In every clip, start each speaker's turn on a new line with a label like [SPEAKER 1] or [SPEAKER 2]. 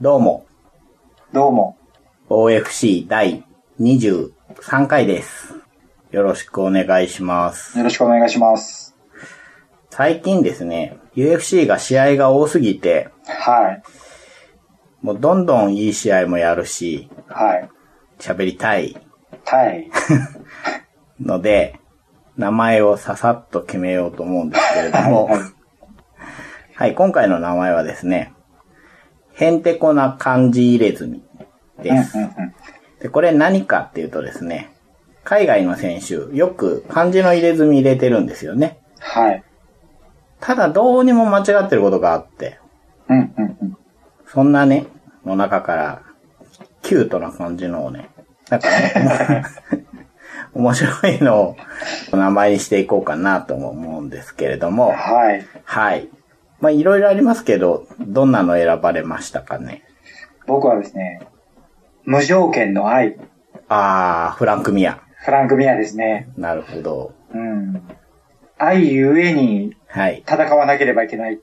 [SPEAKER 1] どうも、
[SPEAKER 2] どうも。
[SPEAKER 1] OFC 第23回です。よろしくお願いします。
[SPEAKER 2] よろしくお願いします。
[SPEAKER 1] 最近ですね、UFC が試合が多すぎて、
[SPEAKER 2] はい。
[SPEAKER 1] もうどんどんいい試合もやるし、
[SPEAKER 2] はい。
[SPEAKER 1] 喋りたい
[SPEAKER 2] タイ。
[SPEAKER 1] ので、名前をささっと決めようと思うんですけれども、はい、今回の名前はですね、へんてこな漢字入れ墨
[SPEAKER 2] うんうん
[SPEAKER 1] で
[SPEAKER 2] う
[SPEAKER 1] す。
[SPEAKER 2] ん。
[SPEAKER 1] で、これ何かっていうとですね、海外の選手、よく漢字の入れ墨入れてるんですよね。
[SPEAKER 2] はい。
[SPEAKER 1] ただどうにも間違ってることがあって、
[SPEAKER 2] うんうんうん。
[SPEAKER 1] そんなね、の中から、キュートな感じのをね、なんかね、面白いのを名前にしていこうかなとも思うんですけれども、
[SPEAKER 2] はい。
[SPEAKER 1] はい。まあいろいろありますけど、どんなの選ばれましたかね。
[SPEAKER 2] 僕はですね、無条件の愛。
[SPEAKER 1] あー、フランク・ミア。
[SPEAKER 2] フランク・ミアですね。
[SPEAKER 1] なるほど。
[SPEAKER 2] うん。愛ゆえに
[SPEAKER 1] はい。
[SPEAKER 2] 戦わなければいけない。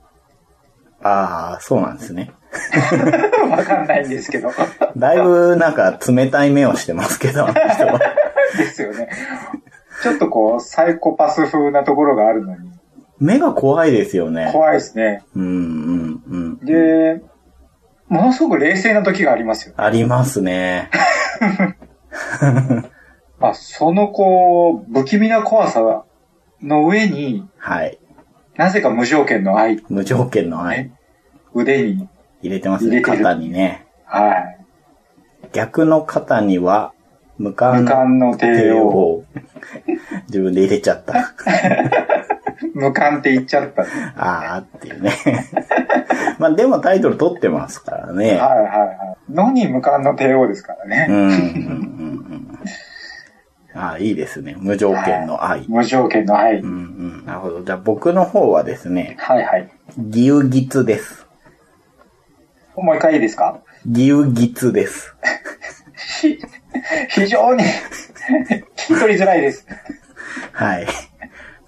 [SPEAKER 1] あー、そうなんですね。
[SPEAKER 2] わかんないんですけど。
[SPEAKER 1] だいぶなんか冷たい目をしてますけど、あの人は
[SPEAKER 2] ですよね。ちょっとこう、サイコパス風なところがあるのに、
[SPEAKER 1] 目が怖いですよね。
[SPEAKER 2] 怖いですね。
[SPEAKER 1] うんうんうん。
[SPEAKER 2] で、ものすごく冷静な時がありますよ。
[SPEAKER 1] ありますね。
[SPEAKER 2] まあ、そのこう、不気味な怖さの上に、
[SPEAKER 1] はい。
[SPEAKER 2] なぜか無条件の愛、
[SPEAKER 1] 無条件の愛
[SPEAKER 2] ね腕に。
[SPEAKER 1] 入れてます
[SPEAKER 2] 入
[SPEAKER 1] ね。
[SPEAKER 2] れてる
[SPEAKER 1] 肩にね。
[SPEAKER 2] はい。
[SPEAKER 1] 逆の肩には、無
[SPEAKER 2] 無
[SPEAKER 1] 冠
[SPEAKER 2] 冠の帝王。
[SPEAKER 1] を 自分で入れちゃった。
[SPEAKER 2] 無冠って言っちゃった。はい
[SPEAKER 1] あーっていうね。 まあでもタイトル取ってますからね。
[SPEAKER 2] はいはい。のに無冠の帝王ですから
[SPEAKER 1] うん
[SPEAKER 2] ね。
[SPEAKER 1] うんうんうん。あーいいですね。無条件の愛。
[SPEAKER 2] 無条件の愛
[SPEAKER 1] う。んうん。なるほど。じゃあ僕の方はですね、
[SPEAKER 2] はいはい。
[SPEAKER 1] 牛ギツです。
[SPEAKER 2] もう一回いいですか
[SPEAKER 1] 牛ギツです。
[SPEAKER 2] ひ非常に聞き取りづらいです。
[SPEAKER 1] はい。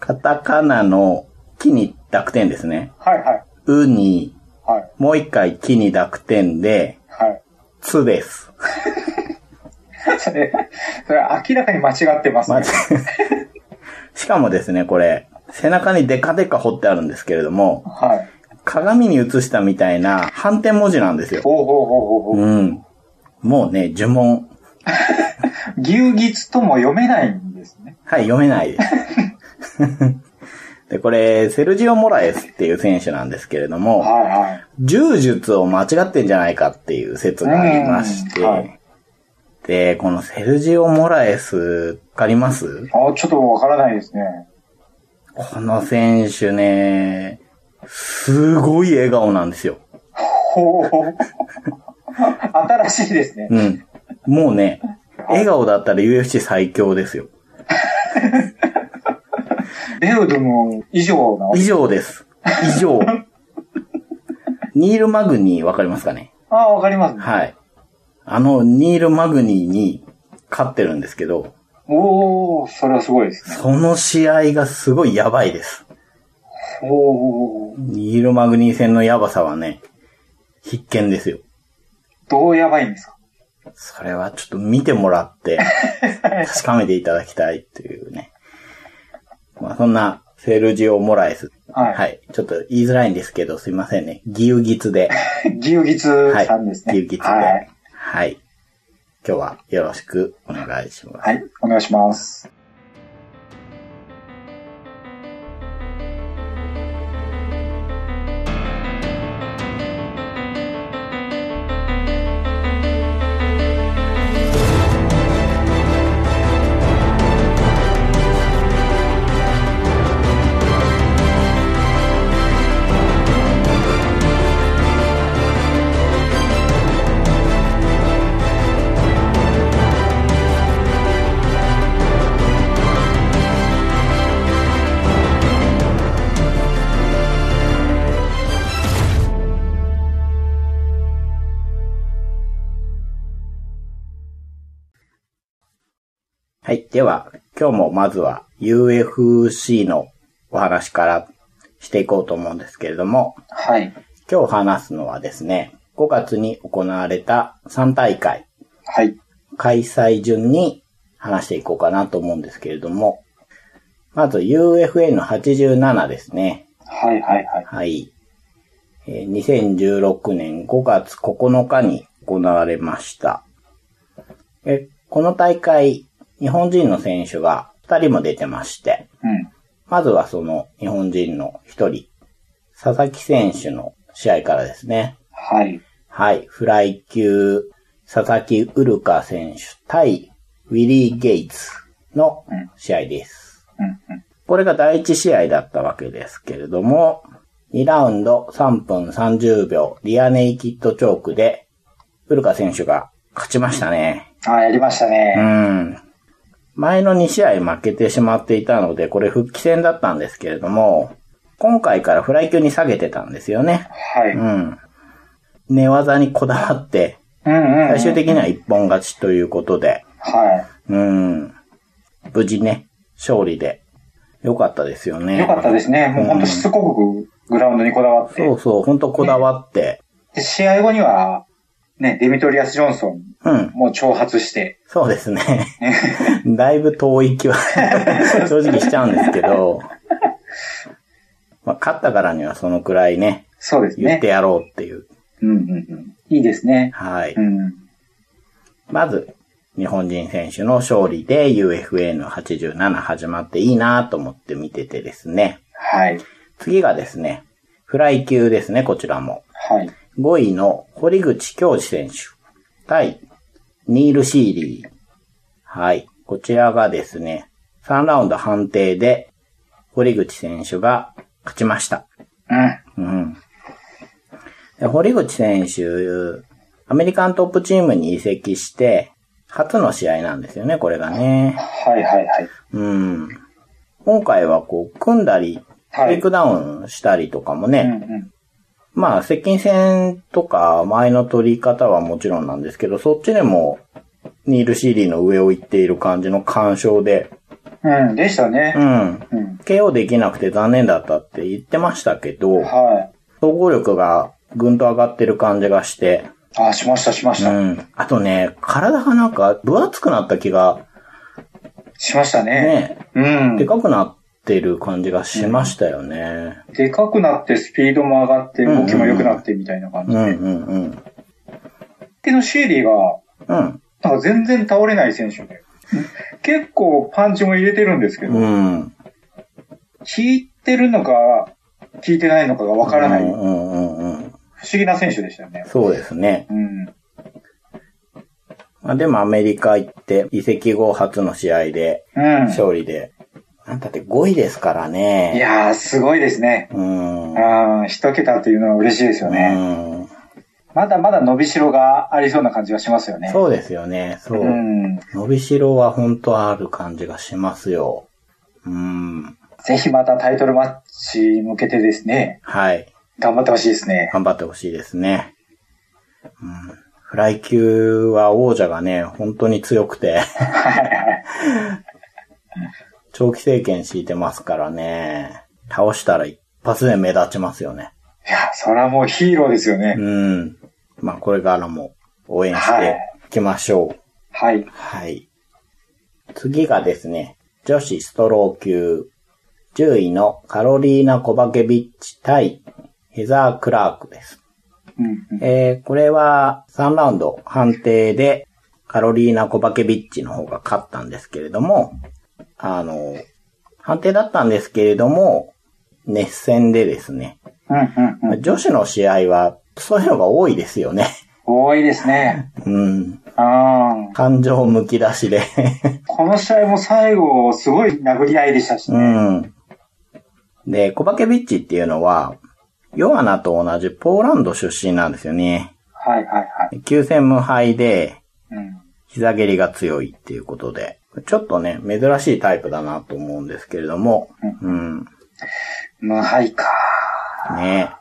[SPEAKER 1] カタカナの木に濁点ですね。
[SPEAKER 2] はいはい。
[SPEAKER 1] うに、
[SPEAKER 2] はい。
[SPEAKER 1] もう一回木に濁点で、
[SPEAKER 2] はい。
[SPEAKER 1] つです。
[SPEAKER 2] それ、それ明らかに間違ってます、
[SPEAKER 1] ま
[SPEAKER 2] ね。
[SPEAKER 1] ず しかもですね、これ、背中にデカデカ彫ってあるんですけれども、
[SPEAKER 2] はい。
[SPEAKER 1] 鏡に映したみたいな反転文字なんですよ。
[SPEAKER 2] ほうほうほうほうほう。
[SPEAKER 1] うん。もうね、呪文。
[SPEAKER 2] 牛ギとも読めないんですね。
[SPEAKER 1] はい、読めない です。で、これ、セルジオ・モラエスっていう選手なんですけれども、
[SPEAKER 2] はいはい。
[SPEAKER 1] 柔術を間違ってんじゃないかっていう説がありまして、
[SPEAKER 2] うんはい
[SPEAKER 1] で、このセルジオ・モラエス、わかります
[SPEAKER 2] あ、ちょっとわからないですね。
[SPEAKER 1] この選手ね、すごい笑顔なんですよ。
[SPEAKER 2] ほう。新しいですね。
[SPEAKER 1] うん。もうね、笑顔だったら UFC 最強ですよ。
[SPEAKER 2] ベルドム以上の
[SPEAKER 1] 以。上です。以上。 ニール・マグニーわかりますかね
[SPEAKER 2] ああ、わかります、ね。
[SPEAKER 1] はい。あの、ニール・マグニーに勝ってるんですけど、
[SPEAKER 2] おお、それはすごいですね。
[SPEAKER 1] その試合がすごいやばいです。
[SPEAKER 2] おお、
[SPEAKER 1] ニール・マグニー戦のヤバさはね、必見ですよ。
[SPEAKER 2] どうやばいんですか
[SPEAKER 1] それはちょっと見てもら って、確かめていただきたいというね。まあそんな、セルジオ・モラエス。
[SPEAKER 2] はい。
[SPEAKER 1] はい。ちょっと言いづらいんですけど、すいませんね。ギウギツで。
[SPEAKER 2] 牛ギツ
[SPEAKER 1] はい
[SPEAKER 2] さんです。ね。
[SPEAKER 1] ギウギツで。
[SPEAKER 2] は
[SPEAKER 1] はい
[SPEAKER 2] い。。
[SPEAKER 1] 今日はよろしくお願いします。
[SPEAKER 2] はい、お願いします。
[SPEAKER 1] はい。では、今日もまずは UFC のお話からしていこうと思うんですけれども、
[SPEAKER 2] はい。
[SPEAKER 1] 今日話すのはですね、 5月に行われた3大会、
[SPEAKER 2] はい。
[SPEAKER 1] 開催順に話していこうかなと思うんですけれども、まず UFA の87ですね。
[SPEAKER 2] はいはいはい。
[SPEAKER 1] はい。えー2016年5月9日に行われました。えこの大会、日本人の選手が2人も出てまして、
[SPEAKER 2] うん。
[SPEAKER 1] まずはその日本人の一人、佐々木選手の試合からですね。
[SPEAKER 2] はい。
[SPEAKER 1] はい。フライ級、佐々木ウルカ選手対ウィリー・ゲイツの試合です。
[SPEAKER 2] うんうん。
[SPEAKER 1] これが第1試合だったわけですけれども、2ラウンド3分30秒リアネイキッドチョークで、ウルカ選手が勝ちましたね。
[SPEAKER 2] ああ、やりました
[SPEAKER 1] う
[SPEAKER 2] ね。
[SPEAKER 1] ん。前の2試合負けてしまっていたので、これ復帰戦だったんですけれども、今回からフライ級に下げてたんですよね。
[SPEAKER 2] はい。う
[SPEAKER 1] うんん。寝技にこだわって、
[SPEAKER 2] うんうん。
[SPEAKER 1] 最終的には一本勝ちということで、
[SPEAKER 2] は
[SPEAKER 1] うん。無事ね、勝利で、良かったですよ
[SPEAKER 2] い。
[SPEAKER 1] ね。
[SPEAKER 2] よかったですね。もうほんとしつこくグラウンドにこだわって。
[SPEAKER 1] そうそう、ほんとこだわって、
[SPEAKER 2] で、試合後には、ね、デミトリアス・ジョンソン
[SPEAKER 1] うん、
[SPEAKER 2] も挑発して、
[SPEAKER 1] そうです ね。だいぶ遠い気は、正直しちゃうんですけど、まあ、勝ったからにはそのくらいね、
[SPEAKER 2] そうです
[SPEAKER 1] 言っ
[SPEAKER 2] ね
[SPEAKER 1] て。やろうっていう。
[SPEAKER 2] うんうんうん。いいですね。
[SPEAKER 1] はい。
[SPEAKER 2] うん。
[SPEAKER 1] まず、日本人選手の勝利で UFA の87始まっていいなと思って見ててですね。
[SPEAKER 2] はい。
[SPEAKER 1] 次がですね、フライ級ですね、こちらも。
[SPEAKER 2] はい。
[SPEAKER 1] 5位の堀口教授選手対ニール・シーリー。はい。こちらがですね、3ラウンド判定で堀口選手が勝ちました。
[SPEAKER 2] うん。
[SPEAKER 1] うん。で堀口選手、アメリカントップチームに移籍して、初の試合なんですよね、これがね。
[SPEAKER 2] はいはいはい。
[SPEAKER 1] うん。今回はこう、組んだり、
[SPEAKER 2] はい
[SPEAKER 1] テイクダウンしたりとかもね、
[SPEAKER 2] うんうん。
[SPEAKER 1] まあ、接近戦とか前の取り方はもちろんなんですけど、そっちでも、ニール・シーリーの上を行っている感じの干渉で、
[SPEAKER 2] うん、でした
[SPEAKER 1] う
[SPEAKER 2] ね。
[SPEAKER 1] ん。
[SPEAKER 2] うん。
[SPEAKER 1] KO できなくて残念だったって言ってましたけど、
[SPEAKER 2] は
[SPEAKER 1] 総合力がぐんと上がってる感じがして、
[SPEAKER 2] い。あ、しましたしまし
[SPEAKER 1] う
[SPEAKER 2] た。
[SPEAKER 1] ん。あとね、体がなんか分厚くなった気が、
[SPEAKER 2] しましたね。
[SPEAKER 1] ね、
[SPEAKER 2] うん
[SPEAKER 1] で。かくなってる感じがしましたよね。
[SPEAKER 2] でかくなってスピードも上がって
[SPEAKER 1] うんうん
[SPEAKER 2] 動きも良くなってみたいな感
[SPEAKER 1] う
[SPEAKER 2] じ
[SPEAKER 1] んう
[SPEAKER 2] で。
[SPEAKER 1] んうん。
[SPEAKER 2] けどシーリーが、
[SPEAKER 1] うん。
[SPEAKER 2] なんか全然倒れない選手で。結構パンチも入れてるんですけど、効
[SPEAKER 1] うん。
[SPEAKER 2] いてるのか、効いてないのかがわからない、
[SPEAKER 1] う
[SPEAKER 2] 不
[SPEAKER 1] ん
[SPEAKER 2] 思
[SPEAKER 1] うんうんうん。
[SPEAKER 2] 議な選手でしたよね。
[SPEAKER 1] そうですね。
[SPEAKER 2] うん。
[SPEAKER 1] まあ、でもアメリカ行って、移籍後初の試合で、
[SPEAKER 2] うん。
[SPEAKER 1] 勝利で、なんだって5位ですからね。
[SPEAKER 2] いやー、すごいですね。
[SPEAKER 1] うん。
[SPEAKER 2] あー一桁というのは嬉しいですよね。
[SPEAKER 1] うん。
[SPEAKER 2] まだまだ伸びしろがありそうな感じがしますよね。
[SPEAKER 1] そうですよね。そう。
[SPEAKER 2] うん。
[SPEAKER 1] 伸びしろは本当ある感じがしますよ。うん。
[SPEAKER 2] ぜひまたタイトルマッチに向けてですね、
[SPEAKER 1] はい。
[SPEAKER 2] 頑張ってほしいですね。
[SPEAKER 1] 頑張ってほしいですね。うん。フライ級は王者がね、本当に強く て、
[SPEAKER 2] はいはい。
[SPEAKER 1] 長期政権敷いてますからね、倒したら一発で目立ちますよね。
[SPEAKER 2] いや、それはもうヒーローですよね。
[SPEAKER 1] うん。まあ、これからも応援していきましょう。
[SPEAKER 2] はい。
[SPEAKER 1] はい。次がですね、女子ストロー級10位のカロリーナ・コバケビッチ対ヘザー・クラークです。
[SPEAKER 2] うんうん。
[SPEAKER 1] えー、これは3ラウンド判定でカロリーナ・コバケビッチの方が勝ったんですけれども、あの、判定だったんですけれども、熱戦でですね、
[SPEAKER 2] うんうんうん。
[SPEAKER 1] 女子の試合はそういうのが多いですよね。
[SPEAKER 2] 多いですね。
[SPEAKER 1] うん。
[SPEAKER 2] あー
[SPEAKER 1] 感情むき出しで。
[SPEAKER 2] この試合も最後、すごい殴り合いでしたし
[SPEAKER 1] う
[SPEAKER 2] ね。
[SPEAKER 1] ん。で、コバケビッチっていうのは、ヨアナと同じポーランド出身なんですよね。
[SPEAKER 2] はいはいはい。
[SPEAKER 1] 9戦無敗で、
[SPEAKER 2] うん。
[SPEAKER 1] 膝蹴りが強いっていうことで、ちょっとね、珍しいタイプだなと思うんですけれども、うん。
[SPEAKER 2] 無敗か。
[SPEAKER 1] ね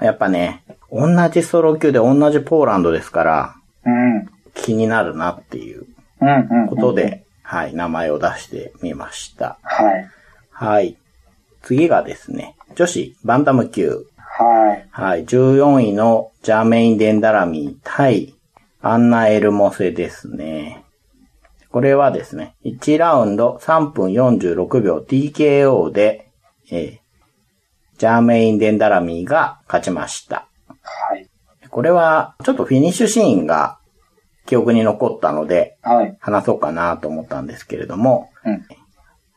[SPEAKER 1] やっぱね、同じソロ級で同じポーランドですから、
[SPEAKER 2] うん。うん
[SPEAKER 1] 気になるなっていう
[SPEAKER 2] うん。
[SPEAKER 1] こと。で、はい、名前を出してみました。
[SPEAKER 2] はい。
[SPEAKER 1] はい。次がですね、女子バンタム級
[SPEAKER 2] はい。
[SPEAKER 1] はい。14位のジャーメイン・デンダラミー対アンナ・エルモセですね。これはですね、1ラウンド3分46秒 TKO で、えージャーメイン・デンダラミーが勝ちました。
[SPEAKER 2] はい。
[SPEAKER 1] これは、ちょっとフィニッシュシーンが記憶に残ったので、
[SPEAKER 2] はい。
[SPEAKER 1] 話そうかなと思ったんですけれども、
[SPEAKER 2] うん。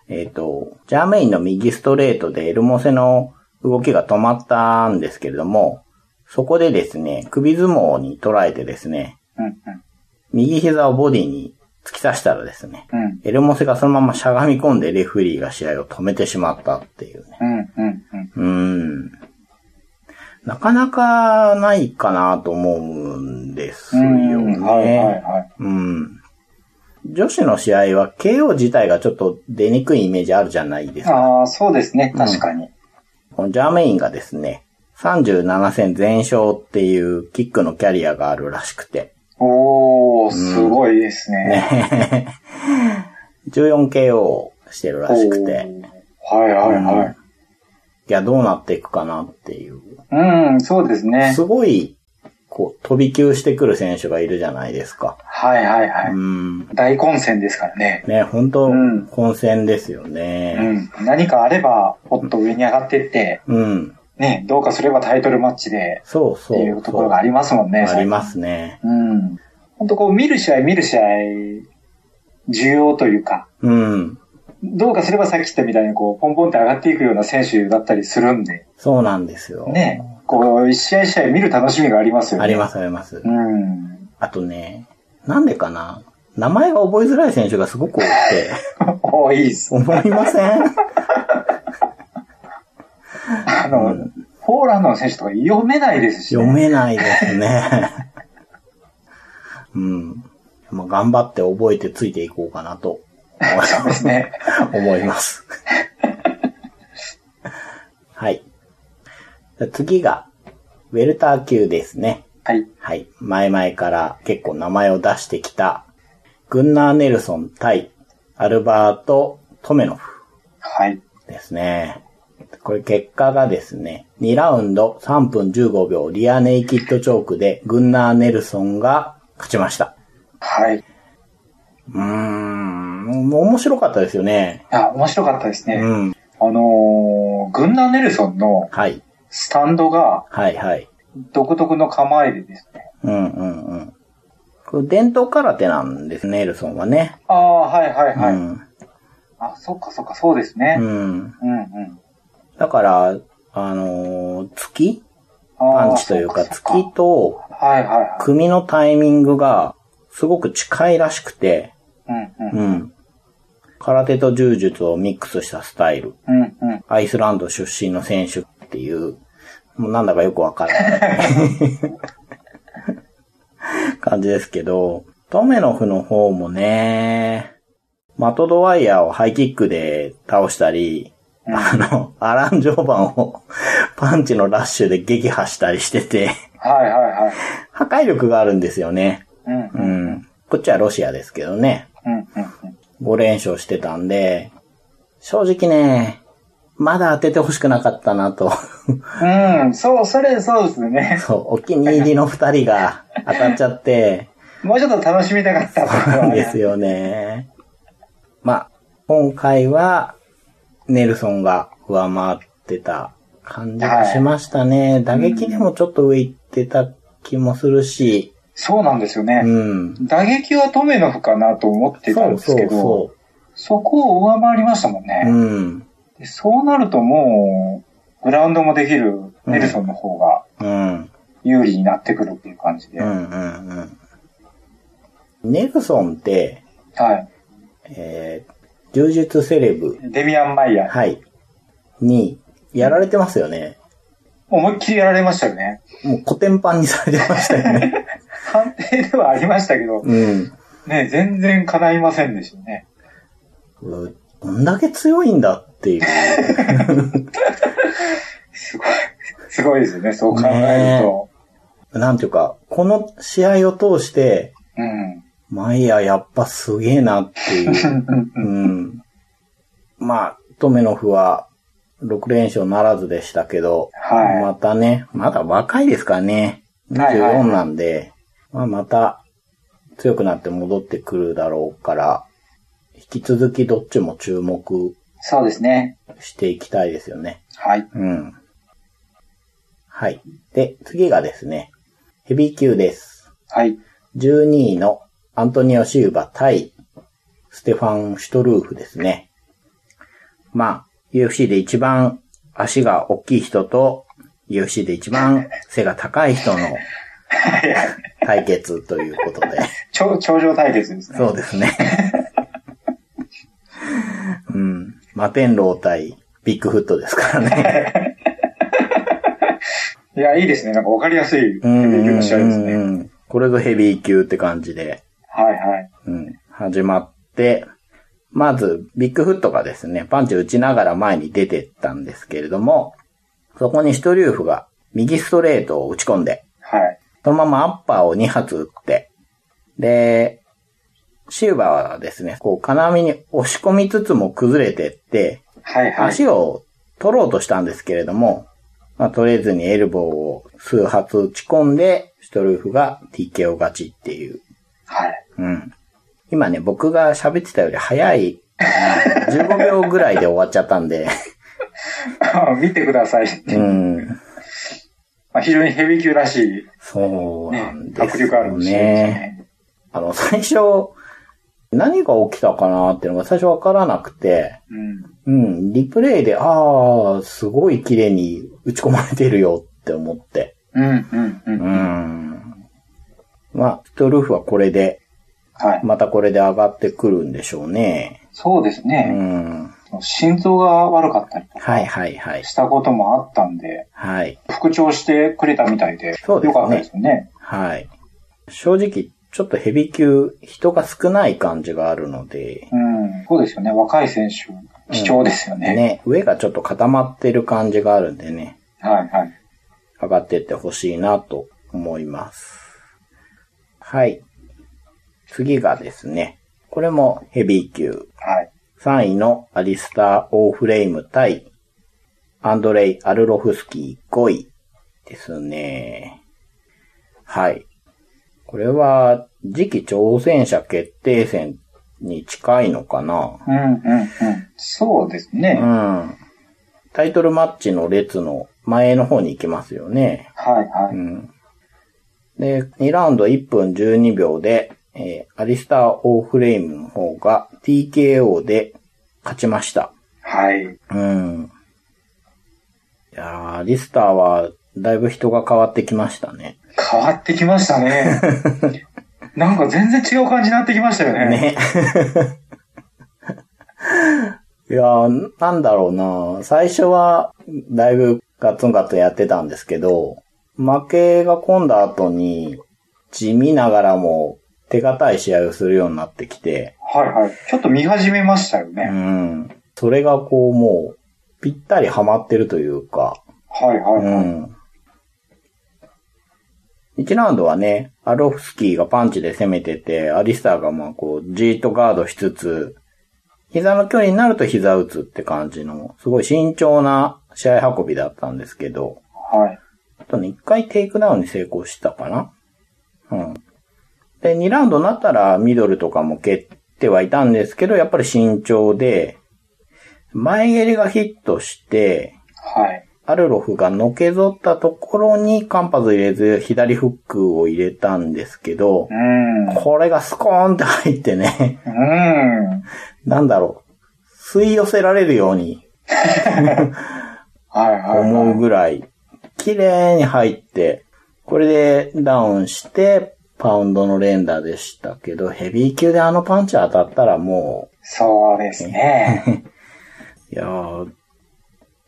[SPEAKER 1] えっ、と、ジャーメインの右ストレートでエルモセの動きが止まったんですけれども、そこでですね、首相撲に捉えてですね、
[SPEAKER 2] うん。
[SPEAKER 1] 右膝をボディに突き刺したらですね、
[SPEAKER 2] うん。うん。
[SPEAKER 1] エルモセがそのまましゃがみ込んでレフェリーが試合を止めてしまったっていうね。
[SPEAKER 2] うん。うん。うん。
[SPEAKER 1] うーん。なかなかないかなと思うんですよね。
[SPEAKER 2] はい。はい。はい。
[SPEAKER 1] うん。女子の試合は KO 自体がちょっと出にくいイメージあるじゃないですか。
[SPEAKER 2] ああ、そうですね。確かに。
[SPEAKER 1] このジャーメインがですね、37戦全勝っていうキックのキャリアがあるらしくて、
[SPEAKER 2] おー、すごいですね。
[SPEAKER 1] ね、14KO してるらしくて、
[SPEAKER 2] おーはいはいはい
[SPEAKER 1] や、どうなっていくかなっていう。
[SPEAKER 2] い。うん、そうですね
[SPEAKER 1] す。ごい、こう、飛び級してくる選手がいるじゃないですか。
[SPEAKER 2] はいはいは
[SPEAKER 1] うん。
[SPEAKER 2] い。大混戦ですからね。
[SPEAKER 1] ね、本当
[SPEAKER 2] うん
[SPEAKER 1] 混戦ですよ
[SPEAKER 2] う
[SPEAKER 1] ね。
[SPEAKER 2] ん。何かあれば、ポッと上に上がってって、
[SPEAKER 1] うん。
[SPEAKER 2] ね、どうかすればタイトルマッチで、
[SPEAKER 1] そう
[SPEAKER 2] って
[SPEAKER 1] そう。
[SPEAKER 2] いうところがありますもんね。
[SPEAKER 1] あり
[SPEAKER 2] 最近
[SPEAKER 1] ますね。
[SPEAKER 2] うん。本当こう、見る試合見る試合、重要というか、
[SPEAKER 1] うん。
[SPEAKER 2] どうかすればさっき言ったみたいに、こう、ポンポンって上がっていくような選手だったりするんで、
[SPEAKER 1] そうなんですよ。
[SPEAKER 2] ね、こう、一試合一試合見る楽しみがありますよね。。
[SPEAKER 1] ありますすあります
[SPEAKER 2] う。ん。
[SPEAKER 1] あとね、なんでかな名前が覚えづらい選手がすごく多くて、
[SPEAKER 2] おーいいっす。
[SPEAKER 1] 思いません
[SPEAKER 2] あの、ポーランドの選手とか読めないですし、ね。
[SPEAKER 1] 読めないですね。 うん。まあ、頑張って覚えてついていこうかなと
[SPEAKER 2] そうですね。
[SPEAKER 1] 思います。 はい。じゃあ次が、ウェルター級ですね。
[SPEAKER 2] はい。
[SPEAKER 1] はい。前々から結構名前を出してきた、グンナー・ネルソン対アルバート・トメノフ
[SPEAKER 2] はい。
[SPEAKER 1] ですね。これ結果がですね、2ラウンド3分15秒リアネイキッドチョークでグンナー・ネルソンが勝ちました。
[SPEAKER 2] はい。いう
[SPEAKER 1] ーん、面白かったですよね。
[SPEAKER 2] や、面白かったですね。
[SPEAKER 1] うん。
[SPEAKER 2] あのー、グンナー・ネルソンの
[SPEAKER 1] はい。
[SPEAKER 2] スタンドが
[SPEAKER 1] はいはい。
[SPEAKER 2] 独特の構えでですね。
[SPEAKER 1] うんうんうん。これ伝統空手なんですね、ネルソンはね。
[SPEAKER 2] ああ、はいはいはい。
[SPEAKER 1] うん。
[SPEAKER 2] あ、そっかそっか、そうですね。
[SPEAKER 1] うん。
[SPEAKER 2] うん、うん、
[SPEAKER 1] だから、あのー突き
[SPEAKER 2] あー
[SPEAKER 1] パンチというか、
[SPEAKER 2] そっそっ
[SPEAKER 1] 突きと
[SPEAKER 2] はいはいは
[SPEAKER 1] 組のタイミングがすごく近いらしくて、
[SPEAKER 2] い。うん、うん。
[SPEAKER 1] うん。空手と柔術をミックスしたスタイル。
[SPEAKER 2] うん、うん。
[SPEAKER 1] アイスランド出身の選手っていう、もうなんだかよくわからない 感じですけど、トメノフの方もね、マトドワイヤーをハイキックで倒したり、
[SPEAKER 2] うん
[SPEAKER 1] あの、アラン・ジョーバンを パンチのラッシュで撃破したりしてて、
[SPEAKER 2] はいはいはい。
[SPEAKER 1] 破壊力があるんですよね。
[SPEAKER 2] うん、うん、
[SPEAKER 1] う
[SPEAKER 2] うん、
[SPEAKER 1] ん。こっちはロシアですけどね。
[SPEAKER 2] うん。
[SPEAKER 1] 5連勝してたんで、正直ね、まだ当ててほしくなかったなと。
[SPEAKER 2] うん、うんそう、それ、そうですね。
[SPEAKER 1] そう、お気に入りの二人が当たっちゃって、
[SPEAKER 2] もうちょっと楽しみたかったところ
[SPEAKER 1] な
[SPEAKER 2] は
[SPEAKER 1] ん
[SPEAKER 2] ね
[SPEAKER 1] ですよね。まあ、今回は、ネルソンが上回ってた感じがしましたね。打撃でもちょっと上行ってた気もするし、
[SPEAKER 2] そうなんですよ
[SPEAKER 1] う
[SPEAKER 2] ね。
[SPEAKER 1] ん。
[SPEAKER 2] 打撃はトメノフかなと思ってた
[SPEAKER 1] そ
[SPEAKER 2] ん
[SPEAKER 1] う
[SPEAKER 2] です
[SPEAKER 1] そ
[SPEAKER 2] け
[SPEAKER 1] う
[SPEAKER 2] ど、
[SPEAKER 1] そ
[SPEAKER 2] そこを上回りましたもんね。
[SPEAKER 1] う。うん。
[SPEAKER 2] でそうなるともう、グラウンドもできるネルソンの方が
[SPEAKER 1] うん。
[SPEAKER 2] 有利になってくるっていう感じで。
[SPEAKER 1] う
[SPEAKER 2] はい。
[SPEAKER 1] んうんうん。ネルソンって、えー、柔術セレブ、
[SPEAKER 2] デミアン・マイヤー。
[SPEAKER 1] はい、に、やられてますよね。
[SPEAKER 2] 思いっきりやられましたよね。
[SPEAKER 1] もう古典版にされてましたよね。
[SPEAKER 2] 判定ではありましたけど、
[SPEAKER 1] うん。
[SPEAKER 2] ね、全然叶いませんでしたね。
[SPEAKER 1] うどんだけ強いんだっていう。
[SPEAKER 2] すごい。すごいですよね、そう考えると。
[SPEAKER 1] なんていうか、この試合を通して、マイヤーやっぱすげえなっていう。
[SPEAKER 2] うん。
[SPEAKER 1] うん。まあ、トメノフは、 6連勝ならずでしたけど、
[SPEAKER 2] はい
[SPEAKER 1] またね、まだ若いですからね。
[SPEAKER 2] はいはい
[SPEAKER 1] 24なんで、まあまた強くなって戻ってくるだろうから、引き続きどっちも注目
[SPEAKER 2] そうですね。
[SPEAKER 1] していきたいですよね。
[SPEAKER 2] はい。
[SPEAKER 1] うん。はい。で、次がですね、ヘビー級です。
[SPEAKER 2] はい。
[SPEAKER 1] 12位のアントニオ・シウバ対ステファン・シュトルーフですね。まあ、UFC で一番足が大きい人と UFC で一番背が高い人の対決ということ で。
[SPEAKER 2] 頂頂上対決ですね。
[SPEAKER 1] そうですね。 うん。マテンロー対ビッグフットですからね。
[SPEAKER 2] いや、いいですね。なんかわかりやすい、 ヘビ
[SPEAKER 1] うんうん
[SPEAKER 2] ー級の試合です
[SPEAKER 1] う
[SPEAKER 2] ね。
[SPEAKER 1] んうんこれぞヘビー級って感じで。
[SPEAKER 2] はいはい。
[SPEAKER 1] うん、始まって、まず、ビッグフットがですね、パンチ打ちながら前に出てったんですけれども、そこにシュトリューフが右ストレートを打ち込んで、
[SPEAKER 2] はい。
[SPEAKER 1] そのままアッパーを2発打って、で、シューバーはですね、こう金網に押し込みつつも崩れてって、
[SPEAKER 2] はいはい。
[SPEAKER 1] 足を取ろうとしたんですけれども、まあ、取れずにエルボーを数発打ち込んで、シュトリューフが TKO 勝ちっていう
[SPEAKER 2] はい。
[SPEAKER 1] うん。今ね、僕が喋ってたより早い、15秒ぐらいで終わっちゃったんで、
[SPEAKER 2] 見てください。
[SPEAKER 1] うん。
[SPEAKER 2] まあ、非常にヘビー級らしい、
[SPEAKER 1] そう
[SPEAKER 2] ね
[SPEAKER 1] な、んです
[SPEAKER 2] 迫力ある
[SPEAKER 1] よ
[SPEAKER 2] んです
[SPEAKER 1] ね。
[SPEAKER 2] ね。
[SPEAKER 1] あの、最初、何が起きたかなっていうのが最初わからなくて、
[SPEAKER 2] うん。
[SPEAKER 1] うん、リプレイで、ああ、すごい綺麗に打ち込まれてるよって思って。
[SPEAKER 2] うん、うん、う。
[SPEAKER 1] うんん。まあ、ストルーフはこれで、
[SPEAKER 2] はい。
[SPEAKER 1] またこれで上がってくるんでしょうね。
[SPEAKER 2] そうです
[SPEAKER 1] う
[SPEAKER 2] ね。
[SPEAKER 1] ん。
[SPEAKER 2] 心臓が悪かったりとか
[SPEAKER 1] はいはいはい。
[SPEAKER 2] したこともあったんで、
[SPEAKER 1] はい。
[SPEAKER 2] 復調してくれたみたいで、
[SPEAKER 1] そうですね
[SPEAKER 2] よかったですよね。
[SPEAKER 1] はい。正直、ちょっとヘビー級、人が少ない感じがあるので、
[SPEAKER 2] うん。そうですよね。若い選手、貴重ですよね。
[SPEAKER 1] ね、上がちょっと固まってる感じがあるんでね、
[SPEAKER 2] はい、はい。
[SPEAKER 1] 上がってってほしいなと思います。はい。次がですね、これもヘビー級。
[SPEAKER 2] はい。
[SPEAKER 1] 3位のアリスター・オーフレイム対アンドレイ・アルロフスキー5位ですね。はい。これは次期挑戦者決定戦に近いのかな
[SPEAKER 2] うん、うん、うん。そうです
[SPEAKER 1] う
[SPEAKER 2] ね。
[SPEAKER 1] ん。タイトルマッチの列の前の方に行きますよね。
[SPEAKER 2] はい、は
[SPEAKER 1] う
[SPEAKER 2] い。
[SPEAKER 1] ん。で、2ラウンド1分12秒で、えーアリスター・オーフレイムの方が TKO で勝ちました。
[SPEAKER 2] はい。
[SPEAKER 1] うん。いやーリスターは、だいぶ人が変わってきましたね。
[SPEAKER 2] 変わってきました ね。なんか全然違う感じになってきましたよね。
[SPEAKER 1] ね。 いやーなんだろうな最初は、だいぶガツンガツンやってたんですけど、負けが込んだ後に、地味ながらも、手堅い試合をするようになってきて、
[SPEAKER 2] はい、はい。ちょっと見始めましたよ
[SPEAKER 1] う
[SPEAKER 2] ね。
[SPEAKER 1] ん。それがこう、もう、ぴったりハマってるというか、
[SPEAKER 2] はい、はい、
[SPEAKER 1] う
[SPEAKER 2] はい。
[SPEAKER 1] ん。1ラウンドはね、アロフスキーがパンチで攻めてて、アリスターがまあこう、じーっとガードしつつ、膝の距離になると膝打つって感じの、すごい慎重な試合運びだったんですけど、
[SPEAKER 2] はい。
[SPEAKER 1] あとね、1回テイクダウンに成功したかなうん。で、2ラウンドになったらミドルとかも蹴ってはいたんですけど、やっぱり慎重で、前蹴りがヒットして、
[SPEAKER 2] はい。
[SPEAKER 1] アルロフがのけぞったところに間髪入れず左フックを入れたんですけど
[SPEAKER 2] う、ん。
[SPEAKER 1] これがスコーンって入ってね、
[SPEAKER 2] うん。
[SPEAKER 1] なんだろう、吸い寄せられるように
[SPEAKER 2] はいはい、はい。
[SPEAKER 1] 思うぐらい、綺麗に入って、これでダウンして、パウンドの連打でしたけど、ヘビー級であのパンチ当たったらも
[SPEAKER 2] そうで すね。
[SPEAKER 1] う、いやー、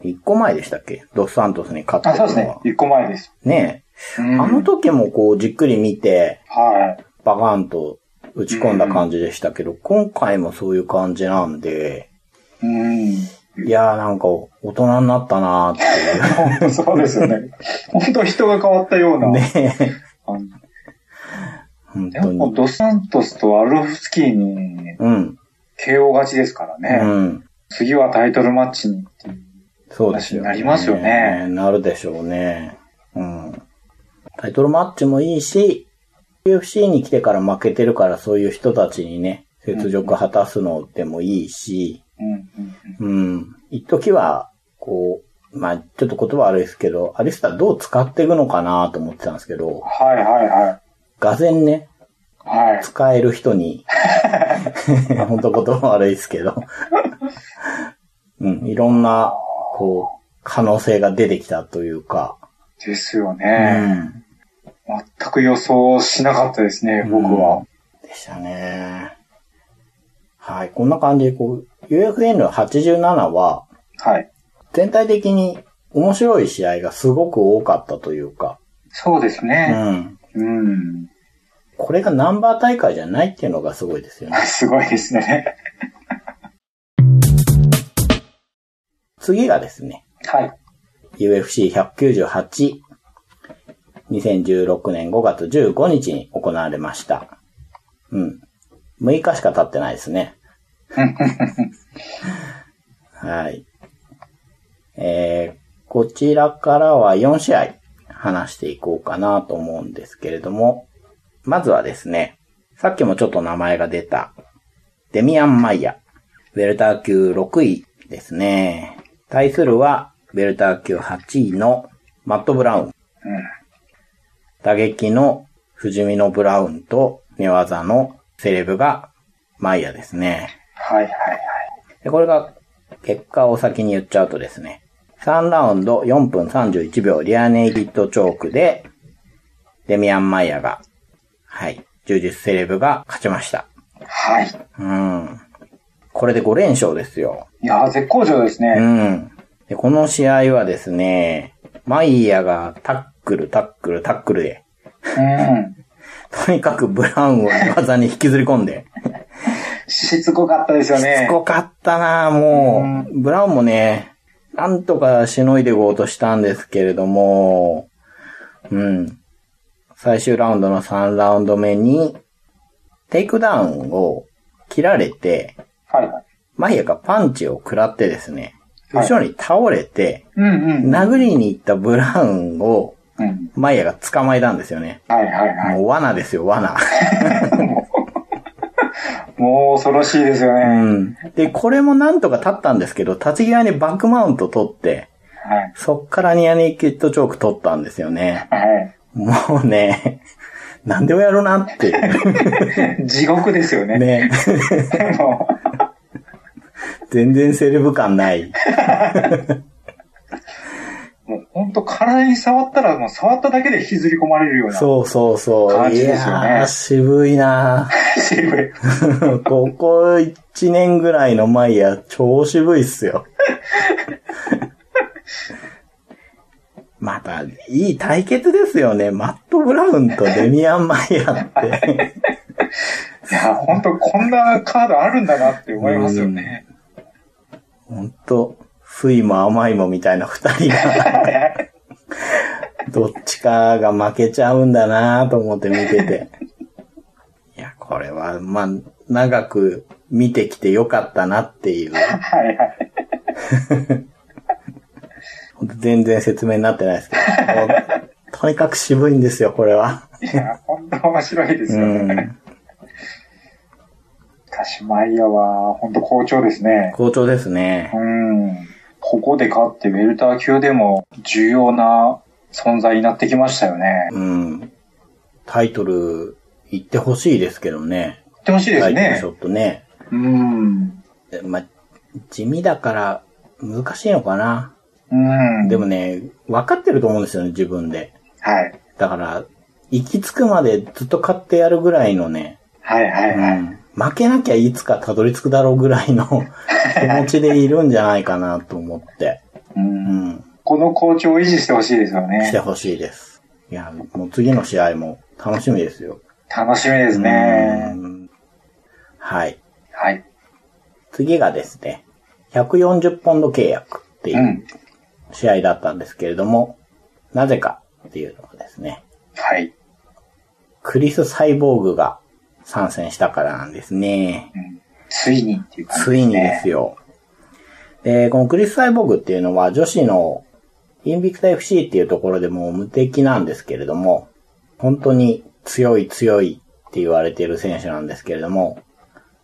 [SPEAKER 1] 1個前でしたっけドスサントスに勝った
[SPEAKER 2] あ、
[SPEAKER 1] の
[SPEAKER 2] そう
[SPEAKER 1] は。
[SPEAKER 2] ですね。一個前です。
[SPEAKER 1] ね
[SPEAKER 2] う
[SPEAKER 1] え。
[SPEAKER 2] ん
[SPEAKER 1] あの時もこうじっくり見て、
[SPEAKER 2] はい。
[SPEAKER 1] バカンと打ち込んだ感じでしたけど、今回もそういう感じなんで、
[SPEAKER 2] うん。
[SPEAKER 1] いやーなんか大人になったなーっていう。
[SPEAKER 2] 本当そうですよね。本当人が変わったような。
[SPEAKER 1] ねえ
[SPEAKER 2] あの
[SPEAKER 1] 本
[SPEAKER 2] やっ
[SPEAKER 1] 当
[SPEAKER 2] ぱ
[SPEAKER 1] に。
[SPEAKER 2] ドサントスとアルフスキーに
[SPEAKER 1] うん。
[SPEAKER 2] KO 勝ちですからね。
[SPEAKER 1] うん。
[SPEAKER 2] 次はタイトルマッチにっていう
[SPEAKER 1] そうですよ、
[SPEAKER 2] 話になりますよね
[SPEAKER 1] なるでしょうね。うん。タイトルマッチもいいし、UFC に来てから負けてるからそういう人たちにね、雪辱果たすのでもいいし、
[SPEAKER 2] うんうん
[SPEAKER 1] うん。一時は、こう、まあちょっと言葉悪いですけど、アリスタどう使っていくのかなと思ってたんですけど、
[SPEAKER 2] はいはいはい。
[SPEAKER 1] がぜんね、
[SPEAKER 2] はい。
[SPEAKER 1] 使える人に、 本当言葉悪いですけど、うん、いろんな、こう、可能性が出てきたというか、
[SPEAKER 2] ですよ
[SPEAKER 1] う
[SPEAKER 2] ね、
[SPEAKER 1] ん、
[SPEAKER 2] 全く予想しなかったですね、僕は。
[SPEAKER 1] でしたね。はい、こんな感じで、こう、UFN87 は、
[SPEAKER 2] はい。
[SPEAKER 1] 全体的に面白い試合がすごく多かったというか、
[SPEAKER 2] そうです
[SPEAKER 1] う
[SPEAKER 2] ね。
[SPEAKER 1] ん、
[SPEAKER 2] うん。
[SPEAKER 1] これがナンバー大会じゃないっていうのがすごいですよね。
[SPEAKER 2] すごいですね。
[SPEAKER 1] 次がですね、
[SPEAKER 2] はい。
[SPEAKER 1] UFC198、2016年5月15日に行われました。うん。6日しか経ってないですね。はい。えー、こちらからは4試合話していこうかなと思うんですけれども、まずはですね、さっきもちょっと名前が出た、デミアン・マイヤ。ウェルター級6位ですね。対するは、ウェルター級8位のマット・ブラウン。打撃の藤見のブラウンと寝技のセレブがマイヤですね。
[SPEAKER 2] はいはいはい。
[SPEAKER 1] で、これが、結果を先に言っちゃうとですね、3ラウンド4分31秒リアネイキッドチョークで、デミアン・マイヤが、はい、柔術セレブが勝ちました。
[SPEAKER 2] はい。
[SPEAKER 1] うん。これで5連勝ですよ。
[SPEAKER 2] いやー、絶好調です
[SPEAKER 1] う
[SPEAKER 2] ね。
[SPEAKER 1] ん。で、この試合はですね、マイヤがタックル、タックル、タックルで、
[SPEAKER 2] うん。
[SPEAKER 1] とにかくブラウンを寝技に引きずり込ん で、
[SPEAKER 2] しつこかったですよね。
[SPEAKER 1] しつこかったなもう、ブラウンもね、なんとかしのいでいこうとしたんですけれども、うん。最終ラウンドの3ラウンド目に、テイクダウンを切られて、
[SPEAKER 2] はいはい。
[SPEAKER 1] マイヤがパンチを食らってですね、
[SPEAKER 2] はい
[SPEAKER 1] 後ろに倒れて、
[SPEAKER 2] うんうん。
[SPEAKER 1] 殴りに行ったブラウンを、
[SPEAKER 2] うん。
[SPEAKER 1] マイヤが捕まえたんですよね。
[SPEAKER 2] はいはいは
[SPEAKER 1] もう罠ですよ、罠。
[SPEAKER 2] い。もう恐ろしいですよ
[SPEAKER 1] う
[SPEAKER 2] ね。
[SPEAKER 1] ん。 で、これもなんとか立ったんですけど、立ち際にバックマウント取って、
[SPEAKER 2] はい。
[SPEAKER 1] そっからニアネイキッドチョーク取ったんですよね。
[SPEAKER 2] は
[SPEAKER 1] もうね、 何でもやるなっていう。
[SPEAKER 2] い。 地獄ですよね。
[SPEAKER 1] ね。
[SPEAKER 2] も
[SPEAKER 1] 全然セレブ感 ない。
[SPEAKER 2] う、もう本当体に触ったら、もう触っただけで引きずり込まれるような。
[SPEAKER 1] そうそうそう。
[SPEAKER 2] 感じ
[SPEAKER 1] い
[SPEAKER 2] ですよね
[SPEAKER 1] やー、渋いな
[SPEAKER 2] 渋 い。
[SPEAKER 1] ー ここ1年ぐらいのマイヤー、超渋いっすよ。 また、いい対決ですよね。マット・ブラウンとデミアン・マイヤーって。
[SPEAKER 2] いや、本当こんなカードあるんだなって思いますよね。
[SPEAKER 1] ほんと、酸いも甘いもみたいな二人が。
[SPEAKER 2] はい
[SPEAKER 1] どっちかが負けちゃうんだなと思って見てて。いや、これは、まあ、長く見てきてよかったなっていう。
[SPEAKER 2] はいはい。
[SPEAKER 1] ほんと全然説明になってないですけど。もうとにかく渋いんですよ、これは。
[SPEAKER 2] いや、本当面白いです
[SPEAKER 1] う
[SPEAKER 2] よね。
[SPEAKER 1] ん。
[SPEAKER 2] しかし、マイヤは本当好調ですね。
[SPEAKER 1] 好調ですね。
[SPEAKER 2] うん。ここで勝って、ウェルター級でも重要な存在になってきましたよね。
[SPEAKER 1] うん。タイトル、言ってほしいですけどね。
[SPEAKER 2] 言ってほしいで
[SPEAKER 1] タ
[SPEAKER 2] す
[SPEAKER 1] イトル
[SPEAKER 2] ね
[SPEAKER 1] ち。ょっとね。
[SPEAKER 2] うん。
[SPEAKER 1] でまあ、地味だから、難しいのかな。
[SPEAKER 2] うん。
[SPEAKER 1] でもね、分かってると思うんですよね、自分で。
[SPEAKER 2] はい。
[SPEAKER 1] だから、行き着くまでずっと買ってやるぐらいのね、
[SPEAKER 2] はいはいうはい。
[SPEAKER 1] ん、負けなきゃいつかたどり着くだろうぐらいの 気持ちでいるんじゃないかなと思って、
[SPEAKER 2] う。
[SPEAKER 1] うんん、
[SPEAKER 2] この好調を維持してほしいですよ
[SPEAKER 1] して
[SPEAKER 2] ね。
[SPEAKER 1] ほしいです。いや、もう次の試合も楽しみですよ。
[SPEAKER 2] 楽しみですね。
[SPEAKER 1] うんはい。
[SPEAKER 2] はい。。
[SPEAKER 1] 次がですね、140ポンド契約っていううん試合だったんですけれども、なぜかっていうのがですね、
[SPEAKER 2] はい。
[SPEAKER 1] クリス・サイボーグが参戦したからなんですね。
[SPEAKER 2] うんついにっていう感じ
[SPEAKER 1] ついにですよ。で、このクリスサイボーグっていうのは女子のインビクタ FC っていうところでもう無敵なんですけれども、本当に強い強いって言われている選手なんですけれども、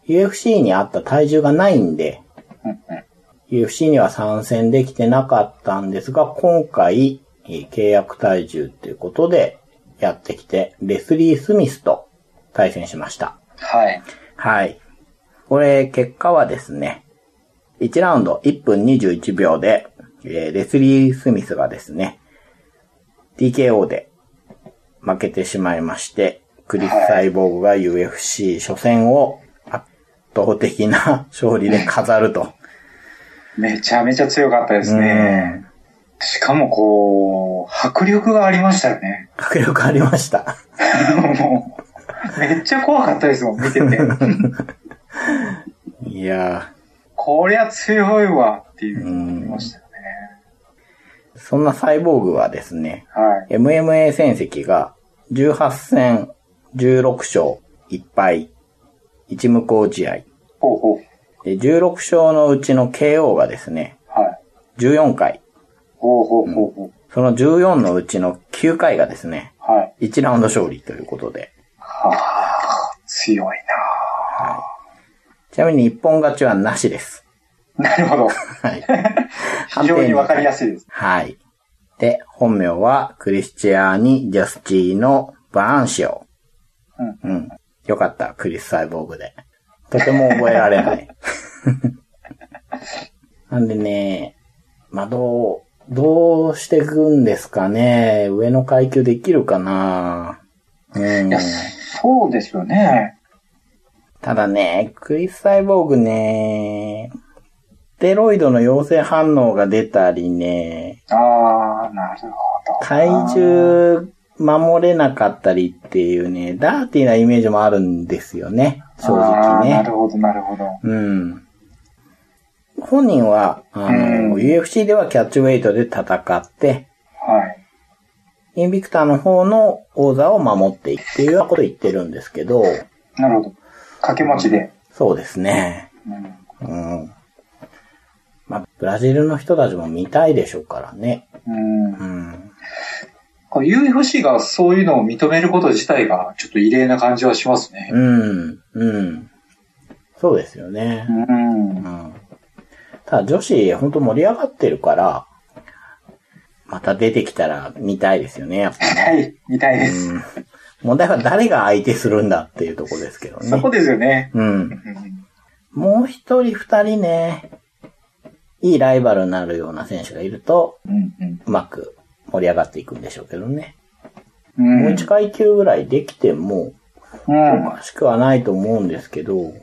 [SPEAKER 1] UFC に合った体重がないんで、UFC には参戦できてなかったんですが、今回、えー契約体重ということでやってきて、レスリー・スミスと対戦しました。
[SPEAKER 2] はい。
[SPEAKER 1] はい。これ、結果はですね、1ラウンド1分21秒で、えーレスリー・スミスがですね、TKO で負けてしまいまして、クリス・サイボーグが UFC 初戦を圧倒的な 勝利で飾ると。
[SPEAKER 2] めちゃめちゃ強かったですね。しかもこう、迫力がありましたよね。
[SPEAKER 1] 迫力ありました。
[SPEAKER 2] もう、めっちゃ怖かったですもん、見てて。
[SPEAKER 1] いや
[SPEAKER 2] こりゃ強いわっていう、思いましたよね。
[SPEAKER 1] ー、そんなサイボーグはですね、
[SPEAKER 2] はい。
[SPEAKER 1] MMA 戦績が18戦16勝1敗、1無効試合。
[SPEAKER 2] ほうほう。
[SPEAKER 1] で16勝のうちの KO がですね、
[SPEAKER 2] はい。
[SPEAKER 1] 14回。
[SPEAKER 2] ほうほうほうほう。
[SPEAKER 1] その14のうちの9回がですね、
[SPEAKER 2] はい。
[SPEAKER 1] 1ラウンド勝利ということで。
[SPEAKER 2] はあ、強い
[SPEAKER 1] ちなみに一本勝ちはなしです。
[SPEAKER 2] ななるほど。
[SPEAKER 1] はい。
[SPEAKER 2] 非常にわかりやすいです。
[SPEAKER 1] はい。で、本名はクリスチアーニ・ジャスティーノ・バランシオ。うん。よかった、クリス・サイボーグで。とても覚えられない。 なんでね、まあ、どう、どうしていくんですかね。上の階級できるかなうん
[SPEAKER 2] いや、。そうですよね。
[SPEAKER 1] ただね、クリス・サイボーグね、ステロイドの陽性反応が出たりね、
[SPEAKER 2] ああ、なるほど。
[SPEAKER 1] 体重守れなかったりっていうね、ダーティーなイメージもあるんですよね。正直
[SPEAKER 2] あーな
[SPEAKER 1] ね。
[SPEAKER 2] るほど、なるほど。
[SPEAKER 1] うん。本人は、あの、
[SPEAKER 2] うん
[SPEAKER 1] UFC ではキャッチウェイトで戦って、
[SPEAKER 2] はい。
[SPEAKER 1] インビクターの方の王座を守っていくっていうようなことを言ってるんですけど、
[SPEAKER 2] なるほど。掛け持ちで。
[SPEAKER 1] そうですね。
[SPEAKER 2] うん
[SPEAKER 1] うん。まあ、ブラジルの人たちも見たいでしょうからね。
[SPEAKER 2] うん
[SPEAKER 1] うん。
[SPEAKER 2] この UFC がそういうのを認めること自体がちょっと異例な感じはしますね。
[SPEAKER 1] うん。うん。そうですよね
[SPEAKER 2] う。ん。
[SPEAKER 1] ただ女子、ほんと盛り上がってるから、また出てきたら見たいですよね、やっぱ
[SPEAKER 2] 見たい、見たいで
[SPEAKER 1] り。
[SPEAKER 2] す。
[SPEAKER 1] うん問題は誰が相手するんだっていうところですけど
[SPEAKER 2] そ
[SPEAKER 1] ね
[SPEAKER 2] こ。ですよね。
[SPEAKER 1] うん。
[SPEAKER 2] うん
[SPEAKER 1] もう一人二人ね、いいライバルになるような選手がいると、
[SPEAKER 2] うん
[SPEAKER 1] うまく盛り上がっていくんでしょうけどね。
[SPEAKER 2] うん。
[SPEAKER 1] もう
[SPEAKER 2] うん
[SPEAKER 1] 一階級ぐらいできても、お
[SPEAKER 2] うん
[SPEAKER 1] かしくはないと思うんですけど、
[SPEAKER 2] うん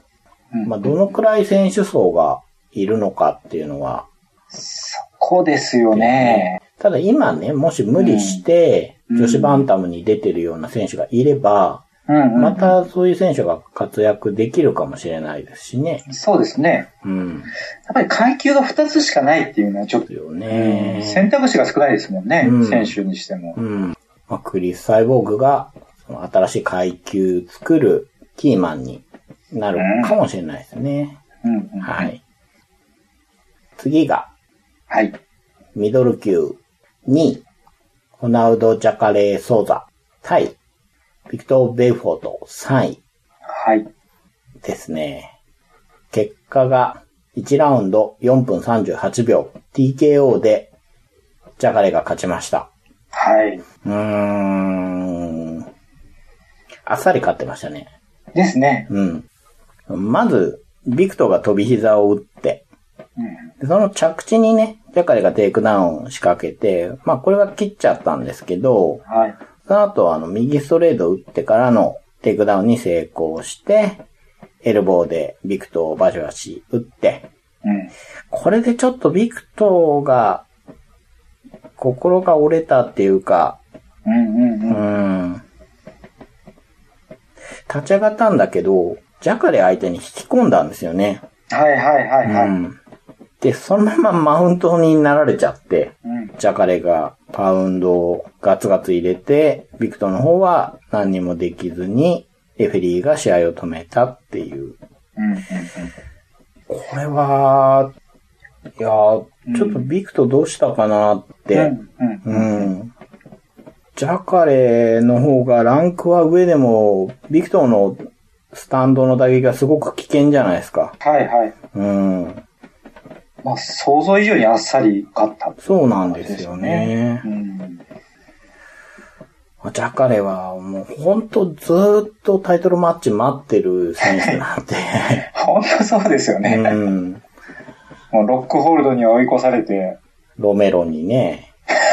[SPEAKER 1] まあ、どのくらい選手層がいるのかっていうのは、
[SPEAKER 2] そこですよね。
[SPEAKER 1] ただ今ね、もし無理して、
[SPEAKER 2] うん
[SPEAKER 1] 女子バンタムに出てるような選手がいれば、
[SPEAKER 2] うん、うん。
[SPEAKER 1] またそういう選手が活躍できるかもしれないですしね。
[SPEAKER 2] そうですね。
[SPEAKER 1] うん。
[SPEAKER 2] やっぱり階級が2つしかないっていうのはちょっ
[SPEAKER 1] です
[SPEAKER 2] と、
[SPEAKER 1] よ
[SPEAKER 2] うん選
[SPEAKER 1] ね。
[SPEAKER 2] 択肢が少ないですもんね。
[SPEAKER 1] うん
[SPEAKER 2] 選手にしても
[SPEAKER 1] う。ん。まあ、クリス・サイボーグが、その新しい階級作るキーマンになるかもしれないですね。
[SPEAKER 2] うんうん、
[SPEAKER 1] は
[SPEAKER 2] はい。
[SPEAKER 1] い。次が、
[SPEAKER 2] はい。
[SPEAKER 1] ミドル級2位、ホナウド・ジャカレー・ソーザ、タイ、ビクトー・ベイフォート3位
[SPEAKER 2] はい。
[SPEAKER 1] ですね。結果が1ラウンド4分38秒、TKO でジャカレーが勝ちました。
[SPEAKER 2] はい。
[SPEAKER 1] うーん。あっさり勝ってましたね。
[SPEAKER 2] ですね。
[SPEAKER 1] うん。まず、ビクトが飛び膝を打って、
[SPEAKER 2] うん。
[SPEAKER 1] でその着地にね、ジャカレーがテイクダウン仕掛けて、まあこれは切っちゃったんですけど、
[SPEAKER 2] はい。
[SPEAKER 1] その後、あの、右ストレートを打ってからのテイクダウンに成功して、エルボーでビクトをバシバシ打って、
[SPEAKER 2] うん。
[SPEAKER 1] これでちょっとビクトが、心が折れたっていうか、
[SPEAKER 2] うんうん
[SPEAKER 1] う
[SPEAKER 2] うん。
[SPEAKER 1] ん。立ち上がったんだけど、ジャカレ相手に引き込んだんですよね。
[SPEAKER 2] はいはいは
[SPEAKER 1] う
[SPEAKER 2] いはい。
[SPEAKER 1] ん。で、そのままマウントになられちゃって、
[SPEAKER 2] うん。
[SPEAKER 1] ジャカレがパウンドをガツガツ入れて、ビクトの方は何にもできずに、レフェリーが試合を止めたっていう。
[SPEAKER 2] うんうんうん。
[SPEAKER 1] これは、いやー、ちょっとビクとどうしたかなっ
[SPEAKER 2] う
[SPEAKER 1] て。
[SPEAKER 2] ん、うん。
[SPEAKER 1] うん。ジャカレの方がランクは上でも、ビクトーのスタンドの打撃がすごく危険じゃないですか。
[SPEAKER 2] はいはい。
[SPEAKER 1] うん。
[SPEAKER 2] まあ、想像以上にあっさり勝った。
[SPEAKER 1] そうなんですよね
[SPEAKER 2] う。ん。
[SPEAKER 1] ジャカレはもう本当ずーっとタイトルマッチ待ってる選手なんで。
[SPEAKER 2] ほんとそうですよね。
[SPEAKER 1] うん。
[SPEAKER 2] もうロックホールドに追い越されて、
[SPEAKER 1] ロメロにね、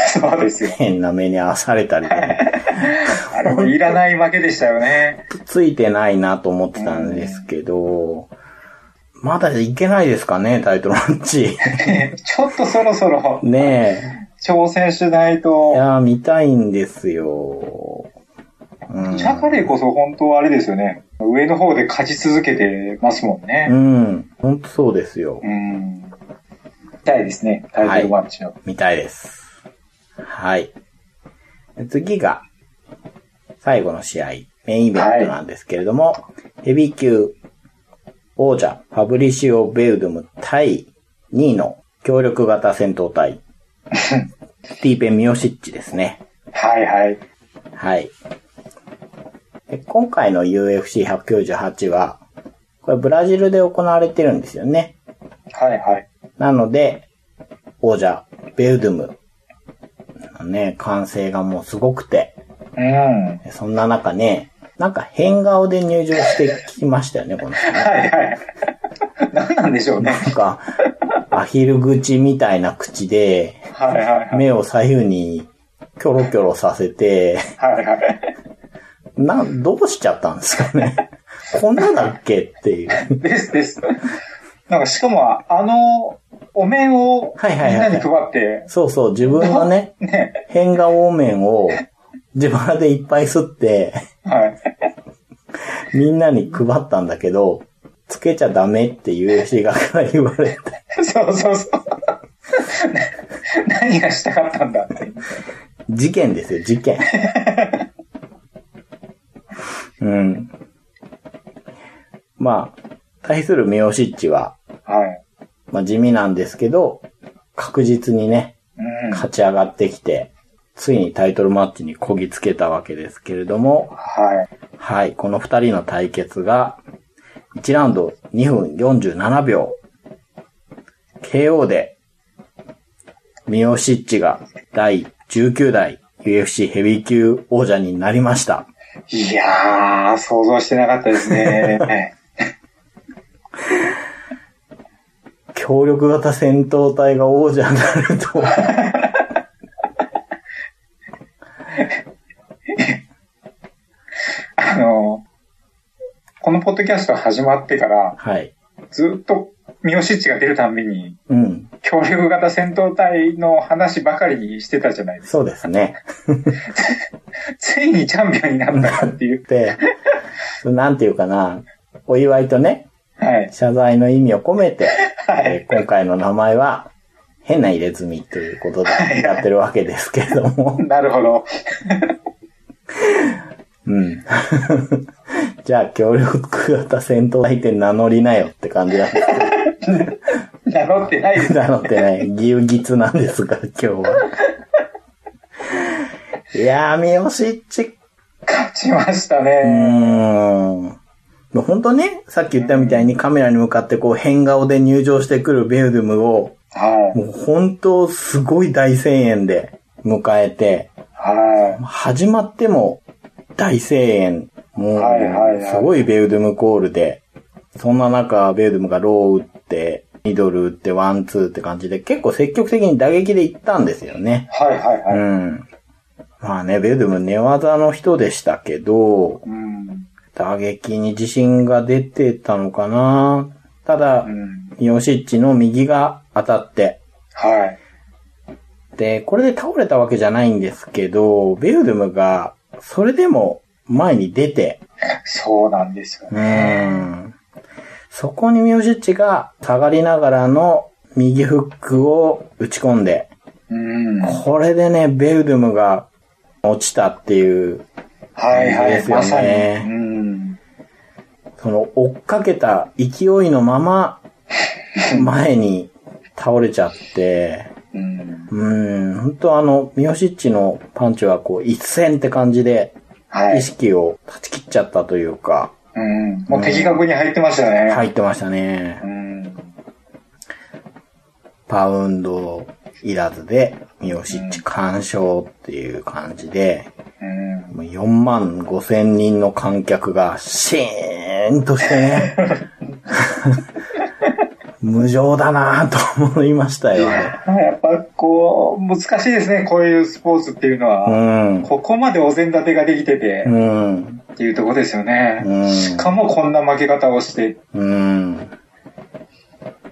[SPEAKER 2] そうですよ。
[SPEAKER 1] 変な目に遭わされたりとか
[SPEAKER 2] あれもいらない負けでしたよね。
[SPEAKER 1] ついてないなと思ってたんですけど、まだいけないですかね、タイトルマッ チ。
[SPEAKER 2] ちょっとそろそろ
[SPEAKER 1] ね
[SPEAKER 2] 挑戦しない
[SPEAKER 1] え。い
[SPEAKER 2] と、
[SPEAKER 1] やー、見たいんですよ。うん。
[SPEAKER 2] シャカレーこそ本当はあれですよね。上の方で勝ち続けてますもん
[SPEAKER 1] う
[SPEAKER 2] ね。
[SPEAKER 1] ん。ほんとそうですよ
[SPEAKER 2] う。ん。見たいですね、タイトルマッチの。
[SPEAKER 1] 見たいです。はい。次が、最後の試合、メインイベントなんですけれども、ヘビー級王者、ファブリシオ・ベウドゥム対2位の協力型戦闘隊、スティーペン・ミオシッチですね。
[SPEAKER 2] はいはい。
[SPEAKER 1] はい。で今回の UFC198 は、これブラジルで行われてるんですよね。
[SPEAKER 2] はいはい。
[SPEAKER 1] なので、王者、ベウドゥム。ね、歓声がもうすごくて。
[SPEAKER 2] うん。
[SPEAKER 1] そんな中ね、なんか変顔で入場してきましたよね、この人ね。
[SPEAKER 2] はいはい。何なんでしょうね。
[SPEAKER 1] なんか、アヒル口みたいな口で、
[SPEAKER 2] はいはいはい。
[SPEAKER 1] 目を左右にキョロキョロさせて、
[SPEAKER 2] はいはい。
[SPEAKER 1] な、どうしちゃったんですかね。こんなだっけっていう。
[SPEAKER 2] ですです。なんかしかも、あの、お面をみ
[SPEAKER 1] はい
[SPEAKER 2] ん
[SPEAKER 1] はいは
[SPEAKER 2] ないに配って、
[SPEAKER 1] そうそう、自分のね、
[SPEAKER 2] ね。
[SPEAKER 1] 変顔面を自腹でいっぱい吸って、
[SPEAKER 2] はい。
[SPEAKER 1] みんなに配ったんだけど、つけちゃダメって UFC 側から言われて、
[SPEAKER 2] そうそうそう。な何がしたかったんだって。
[SPEAKER 1] 事件ですよ、事件。うん。まあ、対するミオシッチは、
[SPEAKER 2] はい。
[SPEAKER 1] まあ地味なんですけど、確実にね、
[SPEAKER 2] うん。
[SPEAKER 1] 勝ち上がってきて、ついにタイトルマッチにこぎつけたわけですけれども、
[SPEAKER 2] はい。
[SPEAKER 1] はい、この二人の対決が、1ラウンド2分47秒、KO で、ミオシッチが第19代 UFC ヘビー級王者になりました。
[SPEAKER 2] いやー、想像してなかったですね。
[SPEAKER 1] 協力型戦闘隊が王者になるとは。
[SPEAKER 2] あの、このポッドキャスト始まってから、
[SPEAKER 1] はい。
[SPEAKER 2] ずっと、ミオシッチが出るたんびに、
[SPEAKER 1] うん。
[SPEAKER 2] 協力型戦闘隊の話ばかりにしてたじゃないです
[SPEAKER 1] そうですね。
[SPEAKER 2] か。ついにチャンピオンになったかっていう。
[SPEAKER 1] で、なんていうかな、お祝いとね、
[SPEAKER 2] はい。
[SPEAKER 1] 謝罪の意味を込めて、
[SPEAKER 2] はい。
[SPEAKER 1] えー今回の名前は、変な入れ墨ということでやってるわけですけれども。
[SPEAKER 2] なるほど。
[SPEAKER 1] うん。 じゃあ、協力型戦闘隊って名乗りなよって感じなんです
[SPEAKER 2] 名乗ってない
[SPEAKER 1] け
[SPEAKER 2] です。
[SPEAKER 1] ど、名乗って ない。ぎゅうぎつなんですが、今日は。いやー、三好っち、
[SPEAKER 2] 勝ちました
[SPEAKER 1] うー
[SPEAKER 2] ね。
[SPEAKER 1] ん。もう本当ね、さっき言ったみたいにカメラに向かってこう変顔で入場してくるベウドゥムを、
[SPEAKER 2] はい。
[SPEAKER 1] もう本当すごい大声援で迎えて、
[SPEAKER 2] は
[SPEAKER 1] 始まっても大声援。もう
[SPEAKER 2] はいはいは、い
[SPEAKER 1] すごいベウドゥムコールで、そんな中、ベウドゥムがローを打って、ミドル打って、ワンツーって感じで、結構積極的に打撃で行ったんですよね
[SPEAKER 2] い。。はいはいは
[SPEAKER 1] う
[SPEAKER 2] い。
[SPEAKER 1] ん。まあね、ベウドゥム寝技の人でしたけど、
[SPEAKER 2] うん。
[SPEAKER 1] 打撃に自信が出てたのかなただ
[SPEAKER 2] う、ん。
[SPEAKER 1] ミオシッチの右が当たって、
[SPEAKER 2] はい。
[SPEAKER 1] で、これで倒れたわけじゃないんですけど、ベウドゥムが、それでも前に出て、
[SPEAKER 2] そうなんですよ
[SPEAKER 1] う
[SPEAKER 2] ね。
[SPEAKER 1] ーん。そこにミオシッチが下がりながらの右フックを打ち込んで、
[SPEAKER 2] うん。は
[SPEAKER 1] これでね、ベウドゥムが落ちたっていう、
[SPEAKER 2] いは
[SPEAKER 1] で
[SPEAKER 2] い。
[SPEAKER 1] すよね
[SPEAKER 2] まさに。うん。
[SPEAKER 1] その追っかけた勢いのまま、前に倒れちゃって、
[SPEAKER 2] うん。
[SPEAKER 1] うーん、本当あの、ミヨシッチのパンチはこう、一線って感じで、
[SPEAKER 2] は
[SPEAKER 1] 意
[SPEAKER 2] い。
[SPEAKER 1] 識を断ち切っちゃったというか、
[SPEAKER 2] うん。もう的確に入ってましたよね。
[SPEAKER 1] 入ってましたね
[SPEAKER 2] う。ん。
[SPEAKER 1] パウンドいらずで、ミヨシッチ完勝っていう感じで、
[SPEAKER 2] うん。
[SPEAKER 1] もう4万5千人の観客がシーンとして ね、無情だなぁと思いましたよ。
[SPEAKER 2] やっぱこう、難しいですね、こういうスポーツっていうの
[SPEAKER 1] う
[SPEAKER 2] は。
[SPEAKER 1] ん。
[SPEAKER 2] ここまでお膳立てができてて
[SPEAKER 1] う、ん。
[SPEAKER 2] っていうとこですよ
[SPEAKER 1] う
[SPEAKER 2] ね。
[SPEAKER 1] ん
[SPEAKER 2] しかもこんな負け方をして、
[SPEAKER 1] うん。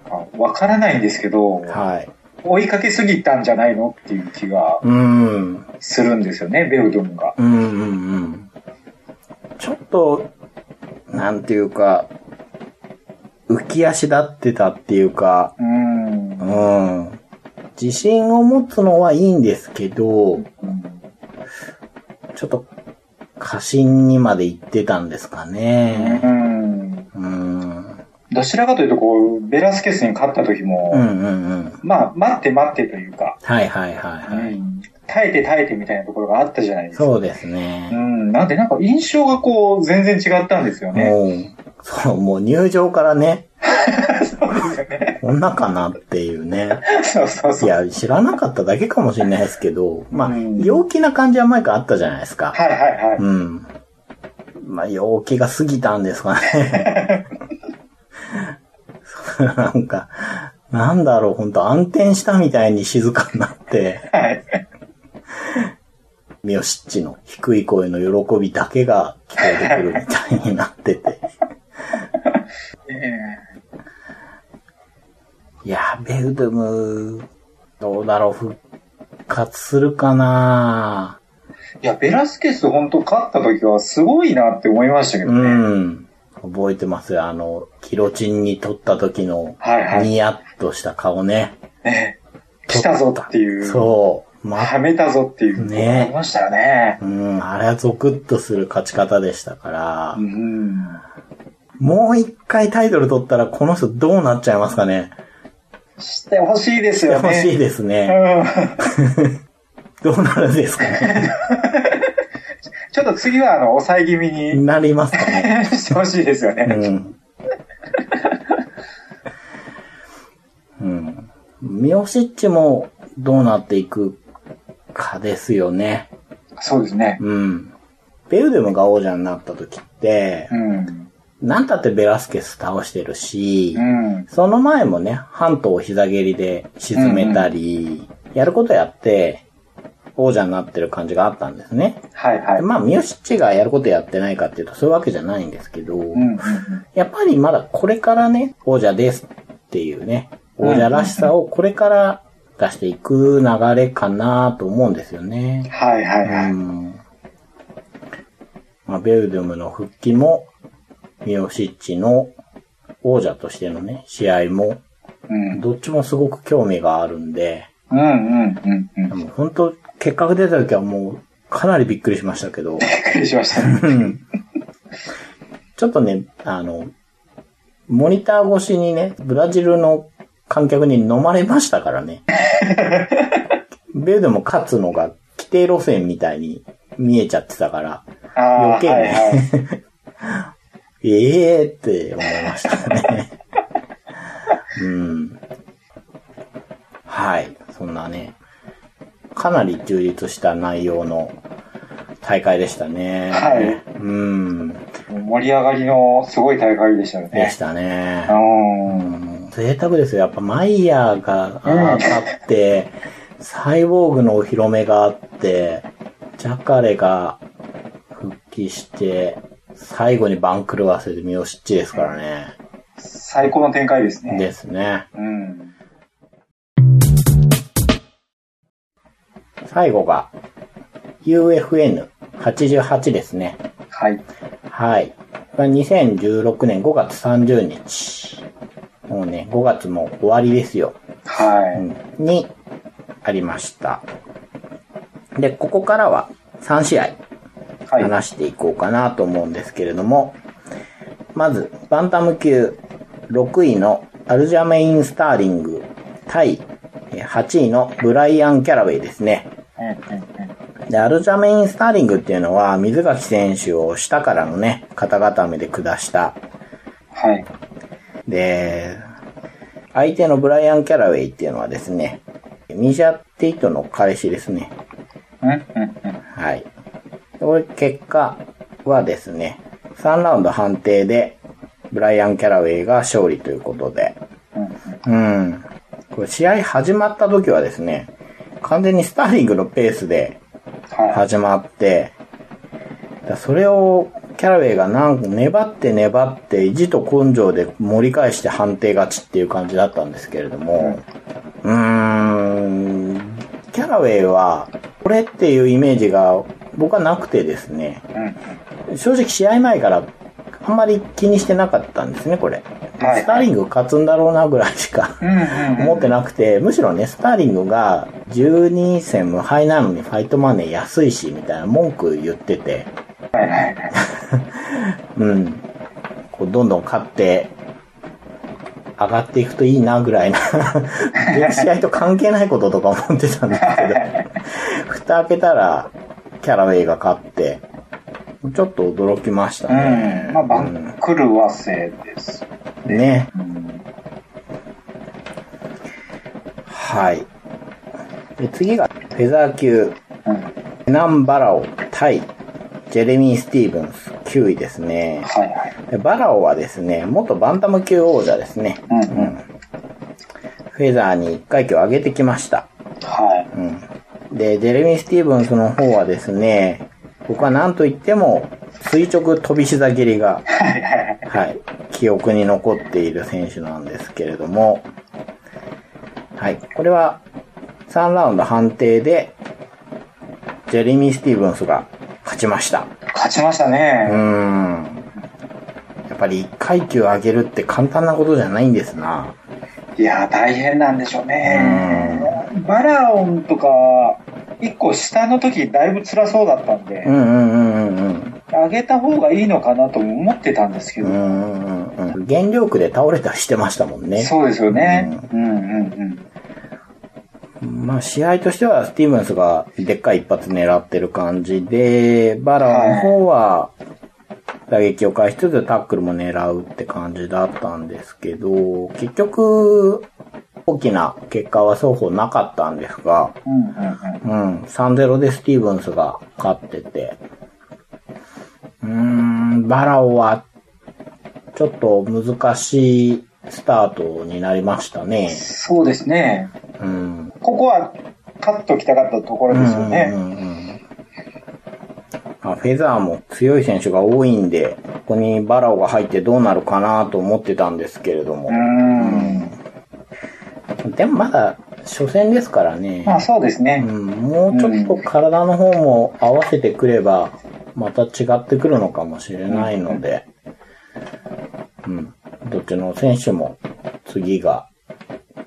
[SPEAKER 2] あわからないんですけど、
[SPEAKER 1] はい。
[SPEAKER 2] 追いかけすぎたんじゃないのっていう気が
[SPEAKER 1] うん。うん
[SPEAKER 2] するんですよね、ベルドンが。
[SPEAKER 1] うんうん。ちょっと、なんていうか、浮き足立ってたっていうか、
[SPEAKER 2] うん。うん
[SPEAKER 1] うん。自信を持つのはいいんですけど、ちょっと過信にまで行ってたんですか
[SPEAKER 2] う
[SPEAKER 1] ね。
[SPEAKER 2] ん
[SPEAKER 1] うん。
[SPEAKER 2] どちらかというと、こう、ベラスケスに勝った時も、
[SPEAKER 1] うんうんうん。
[SPEAKER 2] まあ、待って待ってというか、
[SPEAKER 1] はいはいはいはい。
[SPEAKER 2] うん耐えて耐えてみたいなところがあったじゃないですか。
[SPEAKER 1] そうです
[SPEAKER 2] う
[SPEAKER 1] ね。
[SPEAKER 2] ん、なんでなんか印象がこう、全然違ったんですよね。
[SPEAKER 1] もう、そう、もう入場からね、
[SPEAKER 2] そうですよね。
[SPEAKER 1] 女かなっていうね。
[SPEAKER 2] そうそう
[SPEAKER 1] い
[SPEAKER 2] そう。
[SPEAKER 1] や、知らなかっただけかもしれないですけど、まあ、
[SPEAKER 2] うん
[SPEAKER 1] 陽気な感じは前からあったじゃないですか。
[SPEAKER 2] はいはいはい。
[SPEAKER 1] うん。まあ、陽気が過ぎたんですかね。 そうなんか、なんだろう、本当暗転したみたいに静かになって、
[SPEAKER 2] はい。
[SPEAKER 1] ミヨシッチの低い声の喜びだけが聞こえてくるみたいになってて。
[SPEAKER 2] え
[SPEAKER 1] いや、ベルドゥム、どうだろう、復活するかな
[SPEAKER 2] えいや、ベラスケス本当勝った時はすごいなって思いましたけどね。
[SPEAKER 1] うん。覚えてますよ。あの、キロチンに取った時の、
[SPEAKER 2] はいはい。
[SPEAKER 1] ニヤッとした顔ね。
[SPEAKER 2] ね来たぞっていう。
[SPEAKER 1] そう。ま、
[SPEAKER 2] はめたぞっていう。
[SPEAKER 1] ね
[SPEAKER 2] 思いましたよね。
[SPEAKER 1] うん、あれはゾクッとする勝ち方でしたから、
[SPEAKER 2] うん。
[SPEAKER 1] もう一回タイトル取ったらこの人どうなっちゃいますかね。
[SPEAKER 2] してほしいですよね。
[SPEAKER 1] 欲しいですね。
[SPEAKER 2] うん。
[SPEAKER 1] どうなるんですか ね。
[SPEAKER 2] ちょっと次は、あの、抑え気味に
[SPEAKER 1] なりますかね。
[SPEAKER 2] してほしいですよね。
[SPEAKER 1] うん。うん。ミオシッチもどうなっていくかですよね。
[SPEAKER 2] そうですね。
[SPEAKER 1] うん。ベルデムが王者になった時って
[SPEAKER 2] う、ん。
[SPEAKER 1] なんたってベラスケス倒してるし、
[SPEAKER 2] うん。
[SPEAKER 1] その前もね、半島を膝蹴りで沈めたり、やることやって、王者になってる感じがあったんですね。
[SPEAKER 2] はいはい。
[SPEAKER 1] まあ、ミヨシッチがやることやってないかっていうと、そういうわけじゃないんですけど、
[SPEAKER 2] うん。うん
[SPEAKER 1] やっぱりまだこれからね、王者ですっていうね、
[SPEAKER 2] うん
[SPEAKER 1] 王者らしさをこれから出していく流れかなと思うんですよね。
[SPEAKER 2] はいは
[SPEAKER 1] う
[SPEAKER 2] いはい。
[SPEAKER 1] ん。まあ、ベルドゥムの復帰も、ミヨシッチの王者としてのね、試合も、
[SPEAKER 2] うん。
[SPEAKER 1] どっちもすごく興味があるんで、
[SPEAKER 2] うんうんうんうん。び
[SPEAKER 1] も
[SPEAKER 2] っ
[SPEAKER 1] う本当、結果が出た時はもう、かなりびっくりしましたけど、
[SPEAKER 2] くりしま したね。
[SPEAKER 1] うんちょっとね、あの、モニター越しにね、ブラジルの観客に飲まれましたからね。ベルでも勝つのが規定路線みたいに見えちゃってたから、
[SPEAKER 2] ああ、
[SPEAKER 1] 余
[SPEAKER 2] はい
[SPEAKER 1] 計ね
[SPEAKER 2] はい。
[SPEAKER 1] ええー、って思いましたね。 うん。はい。そんなね、かなり充実した内容の大会でしたね。
[SPEAKER 2] はい
[SPEAKER 1] うん。
[SPEAKER 2] 盛り上がりのすごい大会でしたよ
[SPEAKER 1] で
[SPEAKER 2] ね
[SPEAKER 1] し。た
[SPEAKER 2] う
[SPEAKER 1] ね。
[SPEAKER 2] ん。
[SPEAKER 1] うん贅沢ですよ。やっぱマイヤーがあーあって、サイボーグのお披露目があって、ジャカレが復帰して、最後に番狂わせで身をしっちですからね。
[SPEAKER 2] 最高の展開ですね。
[SPEAKER 1] ですね。
[SPEAKER 2] うん。
[SPEAKER 1] 最後が、UFN88 ですね。
[SPEAKER 2] はい。
[SPEAKER 1] はい。これは2016年5月30日。もうね、5月も終わりですよ。
[SPEAKER 2] はい。
[SPEAKER 1] にありました。で、ここからは3試合
[SPEAKER 2] はい。
[SPEAKER 1] 話していこうかなと思うんですけれども、まず、バンタム級6位のアルジャメイン・スターリング対えー8位のブライアン・キャラウェイですね。
[SPEAKER 2] うんうん
[SPEAKER 1] で、アルジャメイン・スターリングっていうのは、水垣選手を下からのね、肩固めで下した。
[SPEAKER 2] はい。
[SPEAKER 1] で、相手のブライアン・キャラウェイっていうのはですね、ミジャ・テイトの彼氏ですね。
[SPEAKER 2] うんうんうん。
[SPEAKER 1] はい。これ結果はですね、3ラウンド判定で、ブライアン・キャラウェイが勝利ということで。
[SPEAKER 2] うんうん
[SPEAKER 1] うん。これ試合始まった時はですね、完全にスターリングのペースで
[SPEAKER 2] は
[SPEAKER 1] 始まって、だそれをキャラウェイがなんか粘って粘って意地と根性で盛り返して判定勝ちっていう感じだったんですけれども、うーん、キャラウェイはこれっていうイメージが僕はなくてですね、
[SPEAKER 2] い。うんうん。
[SPEAKER 1] 正直試合前からあんまり気にしてなかったんですね、これ。
[SPEAKER 2] はい
[SPEAKER 1] スターリング勝つんだろうなぐらいしか。
[SPEAKER 2] うんうん
[SPEAKER 1] 思ってなくて、むしろね、スターリングが12戦無敗なのにファイトマネー安いし、みたいな文句言ってて、
[SPEAKER 2] はいはいはい。
[SPEAKER 1] うん。こう、どんどん勝って、上がっていくといいな、ぐらいな。で試合と関係ないこととか思って たんですけど、蓋開けたら、キャラウェイが勝って、ちょっと驚きましたね。
[SPEAKER 2] うん。まあ、バックルはせです。
[SPEAKER 1] うんね。
[SPEAKER 2] うん。
[SPEAKER 1] はい。で、次が、フェザー級。
[SPEAKER 2] うん。
[SPEAKER 1] ナン・バラオ対ジェレミー・スティーブンス9位ですね。
[SPEAKER 2] はいはい。
[SPEAKER 1] でバラオはですね、元バンタム級王者ですね。
[SPEAKER 2] うんう。
[SPEAKER 1] うんんフェザーに1階級上げてきました。
[SPEAKER 2] はい。
[SPEAKER 1] うんで、ジェレミー・スティーブンスの方はですね、僕は何と言っても垂直飛び膝蹴りが、
[SPEAKER 2] はいはい
[SPEAKER 1] は
[SPEAKER 2] はい。
[SPEAKER 1] い、記憶に残っている選手なんですけれども、はい、これは3ラウンド判定で、ジェレミー・スティーブンスが勝ちました。
[SPEAKER 2] 勝ちました
[SPEAKER 1] うー
[SPEAKER 2] ね。
[SPEAKER 1] ん。やっぱり1階級上げるって簡単なことじゃないんですな。
[SPEAKER 2] いやー、大変なんでしょうね。バラオンとか、一個下の時だいぶ辛そうだったんで
[SPEAKER 1] う、んうんうんうん
[SPEAKER 2] 上げた方がいいのかなとも思ってたんですけ
[SPEAKER 1] うん。う
[SPEAKER 2] ど、
[SPEAKER 1] んうんうん。原力で倒れたりしてましたもんね。
[SPEAKER 2] そうですよね。うんうんうん。
[SPEAKER 1] まあ試合としてはスティーブンスがでっかい一発狙ってる感じで、バラの方は打撃を返しつつタックルも狙うって感じだったんですけど、結局大きな結果は双方なかったんですが、
[SPEAKER 2] うんうんうん。
[SPEAKER 1] うん、3-0でスティーブンスが勝ってて、うーん、バラオはちょっと難しいスタートになりましたね。
[SPEAKER 2] そうですね。
[SPEAKER 1] うん
[SPEAKER 2] ここは、勝っときたかったところですよ
[SPEAKER 1] う
[SPEAKER 2] ね。
[SPEAKER 1] んうんうんあフェザーも強い選手が多いんで、ここにバラオが入ってどうなるかなと思ってたんですけれども
[SPEAKER 2] う。ん。
[SPEAKER 1] でもまだ初戦ですからね、
[SPEAKER 2] まあそうです
[SPEAKER 1] う
[SPEAKER 2] ね。
[SPEAKER 1] ん、もうちょっと体の方も合わせてくれば、また違ってくるのかもしれないので、うん、どっちの選手も次が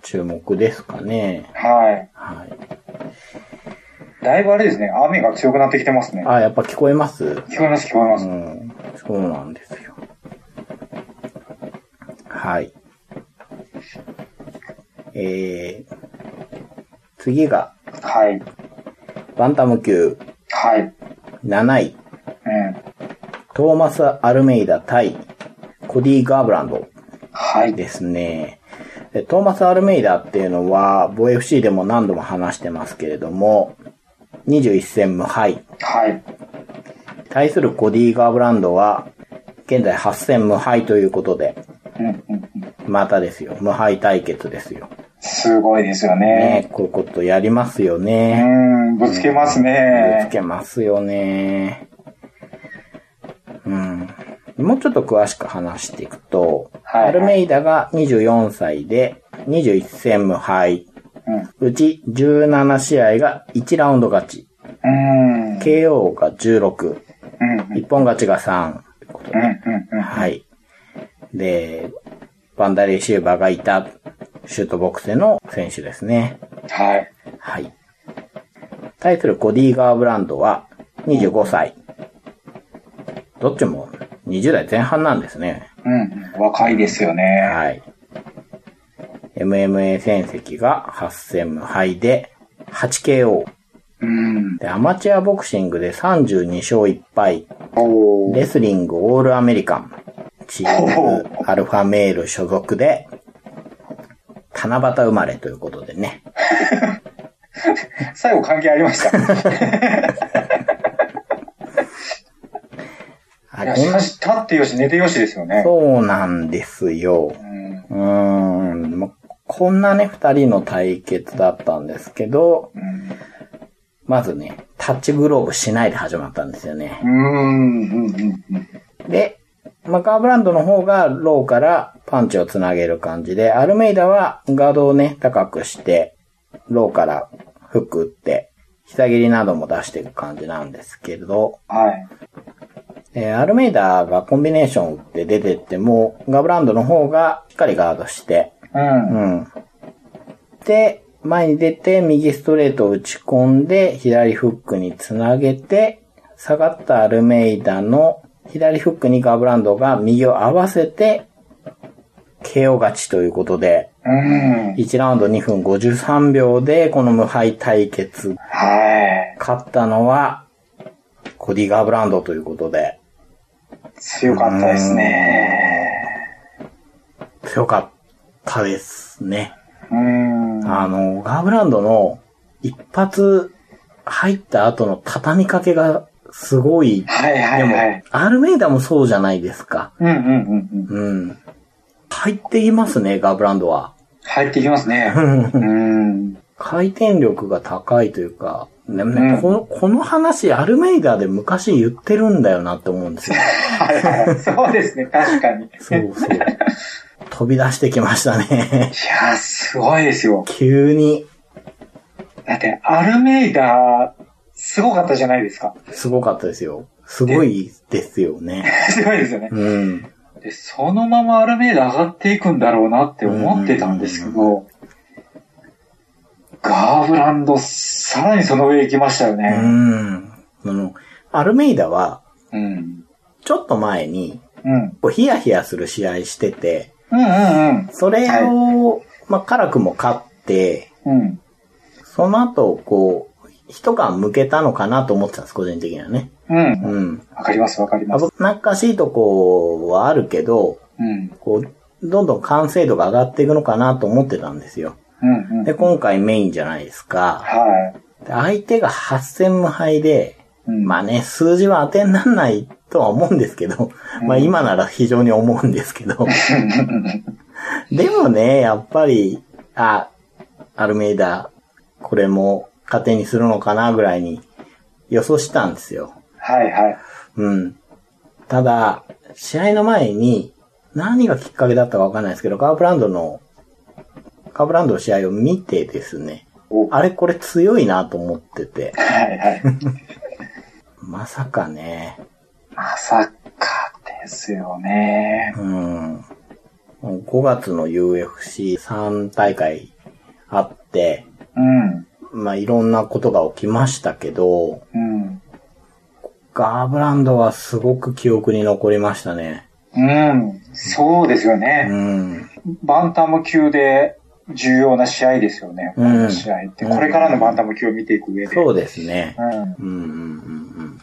[SPEAKER 1] 注目ですかね。
[SPEAKER 2] は
[SPEAKER 1] はい。
[SPEAKER 2] い。だいぶあれですね。雨が強くなってきてますね。
[SPEAKER 1] あ、やっぱ聞こえます
[SPEAKER 2] 聞こえます聞こえま
[SPEAKER 1] う
[SPEAKER 2] す。
[SPEAKER 1] ん、そうなんですよ。はい。えー、次が、
[SPEAKER 2] はい。
[SPEAKER 1] バンタム級
[SPEAKER 2] はい。
[SPEAKER 1] 7位、
[SPEAKER 2] うん。
[SPEAKER 1] トーマス・アルメイダ対コディ・ガーブランド
[SPEAKER 2] はい。
[SPEAKER 1] ですね。でトーマス・アルメイダっていうのは、ボ FC でも何度も話してますけれども、21戦無敗。
[SPEAKER 2] はい。
[SPEAKER 1] 対するコディ・ガーブランドは、現在8戦無敗ということで、
[SPEAKER 2] うんうんうん。
[SPEAKER 1] またですよ。無敗対決ですよ。
[SPEAKER 2] すごいですよね。
[SPEAKER 1] ねこういうことやりますよ
[SPEAKER 2] う
[SPEAKER 1] ね。
[SPEAKER 2] ん、ぶつけます
[SPEAKER 1] ぶつ
[SPEAKER 2] ね。
[SPEAKER 1] けますよね。うん。もうちょっと詳しく話していくと、
[SPEAKER 2] はい
[SPEAKER 1] アルメイダが24歳で21戦無敗。
[SPEAKER 2] うん。
[SPEAKER 1] うち17試合が1ラウンド勝ち。
[SPEAKER 2] うん。
[SPEAKER 1] KO が16。
[SPEAKER 2] うんうん。
[SPEAKER 1] 一本勝ちが3。ということ
[SPEAKER 2] うん
[SPEAKER 1] で
[SPEAKER 2] うんうん。
[SPEAKER 1] はい。で、バンダレーシューバーがいたシュートボックスでの選手ですね。
[SPEAKER 2] はい。
[SPEAKER 1] はい。対するコディ・ガーブランドは25歳。どっちも20代前半なんですね。
[SPEAKER 2] うんうん。若いですよね。
[SPEAKER 1] はい。え MMA 戦績が8戦無敗で 8KO。
[SPEAKER 2] うん。
[SPEAKER 1] で、アマチュアボクシングで32勝1敗。
[SPEAKER 2] おー
[SPEAKER 1] レスリングオールアメリカン。チームアルファメール所属で、七夕生まれということでね。
[SPEAKER 2] 最後関係ありました。
[SPEAKER 1] あ
[SPEAKER 2] いや、し
[SPEAKER 1] こん
[SPEAKER 2] かし、立ってよし、寝てよしですよね。
[SPEAKER 1] そうなんですよ。
[SPEAKER 2] うん。
[SPEAKER 1] うーん。まこんなね、二人の対決だったんですけど、
[SPEAKER 2] うん
[SPEAKER 1] まずね、タッチグローブしないで始まったんですよね。
[SPEAKER 2] うん、うん、うんうん。
[SPEAKER 1] で、マカーブランドの方がローからパンチをつなげる感じで、アルメイダはガードをね、高くして、ローからフック打って、膝蹴りなども出していく感じなんですけど、
[SPEAKER 2] はい。
[SPEAKER 1] えーアルメイダがコンビネーション打って出てっても、ガブランドの方がしっかりガードして、
[SPEAKER 2] うん。
[SPEAKER 1] うん。で、前に出て、右ストレートを打ち込んで、左フックにつなげて、下がったアルメイダの左フックにガブランドが右を合わせて、KO 勝ちということで、
[SPEAKER 2] うん。
[SPEAKER 1] 1ラウンド2分53秒で、この無敗対決、
[SPEAKER 2] はい。
[SPEAKER 1] 勝ったのは、コディ・ガブランドということで、
[SPEAKER 2] 強かったですね。
[SPEAKER 1] 強かったですね。
[SPEAKER 2] うん。
[SPEAKER 1] あの、ガーブランドの一発入った後の畳みかけがすごい。
[SPEAKER 2] はいは
[SPEAKER 1] で
[SPEAKER 2] い
[SPEAKER 1] も
[SPEAKER 2] はい。、
[SPEAKER 1] アルメイダもそうじゃないですか。
[SPEAKER 2] うんうんうんうん。
[SPEAKER 1] うん。入っていますね、ガーブランドは。
[SPEAKER 2] 入ってきますね。うん。
[SPEAKER 1] 回転力が高いというか、でも
[SPEAKER 2] う
[SPEAKER 1] ね
[SPEAKER 2] ん、
[SPEAKER 1] このこの話、アルメイダで昔言ってるんだよなって思うんですよ。
[SPEAKER 2] はいはい。そうですね、確かに。い
[SPEAKER 1] そう そう。飛び出してきましたね。
[SPEAKER 2] やー、すごいですよ。
[SPEAKER 1] 急に、
[SPEAKER 2] だって、アルメイダー、すごかったじゃないですか。
[SPEAKER 1] すごかったですよ。すごいですよね。
[SPEAKER 2] すごいですよね。
[SPEAKER 1] うん。
[SPEAKER 2] で、そのままアルメイダー上がっていくんだろうなって思ってたんですけど、ガーブランド、さらにその上行きましたよ
[SPEAKER 1] う
[SPEAKER 2] ね。
[SPEAKER 1] ん。あの、アルメイダは、
[SPEAKER 2] うん。
[SPEAKER 1] ちょっと前に、
[SPEAKER 2] うん。うん
[SPEAKER 1] こうヒヤヒヤする試合してて、
[SPEAKER 2] うん
[SPEAKER 1] それを、まあ、辛くも勝って、
[SPEAKER 2] うん。うん。
[SPEAKER 1] その後、こう、一感向けたのかなと思ってたんです、個人的にはね。
[SPEAKER 2] うん。
[SPEAKER 1] うん。
[SPEAKER 2] わかりますわかります。
[SPEAKER 1] 危なっかしいとこはあるけど、
[SPEAKER 2] うん。
[SPEAKER 1] こう、どんどん完成度が上がっていくのかなと思ってたんですよ。
[SPEAKER 2] うんうん。
[SPEAKER 1] で、今回メインじゃないですか。
[SPEAKER 2] は
[SPEAKER 1] で相手が8戦無敗で、
[SPEAKER 2] い。うん
[SPEAKER 1] まあね、数字は当てにならないとは思うんですけど、まあ今なら非常に思うんですけ ど、でもね、やっぱり、あ、アルメイダ、これも糧にするのかなぐらいに予想したんですよ。
[SPEAKER 2] はいはい。
[SPEAKER 1] うん。ただ、試合の前に何がきっかけだったかわかんないですけど、カーブランドの、カーブランドの試合を見てですね、
[SPEAKER 2] お
[SPEAKER 1] あれこれ強いなと思ってて、
[SPEAKER 2] はいはい。
[SPEAKER 1] まさかね、
[SPEAKER 2] まさかですよね。
[SPEAKER 1] うん。5月の UFC3 大会あって、
[SPEAKER 2] うん。
[SPEAKER 1] まあ、いろんなことが起きましたけど、
[SPEAKER 2] うん。
[SPEAKER 1] ガーブランドはすごく記憶に残りましたね。
[SPEAKER 2] うん。そうですよ
[SPEAKER 1] う
[SPEAKER 2] ね。
[SPEAKER 1] ん。
[SPEAKER 2] バンタム級で重要な試合ですよね。
[SPEAKER 1] う
[SPEAKER 2] こ
[SPEAKER 1] ん
[SPEAKER 2] の試合って。これからのバンタム級を見ていく上で。
[SPEAKER 1] そうですね。
[SPEAKER 2] うん。
[SPEAKER 1] うんうんうんうん。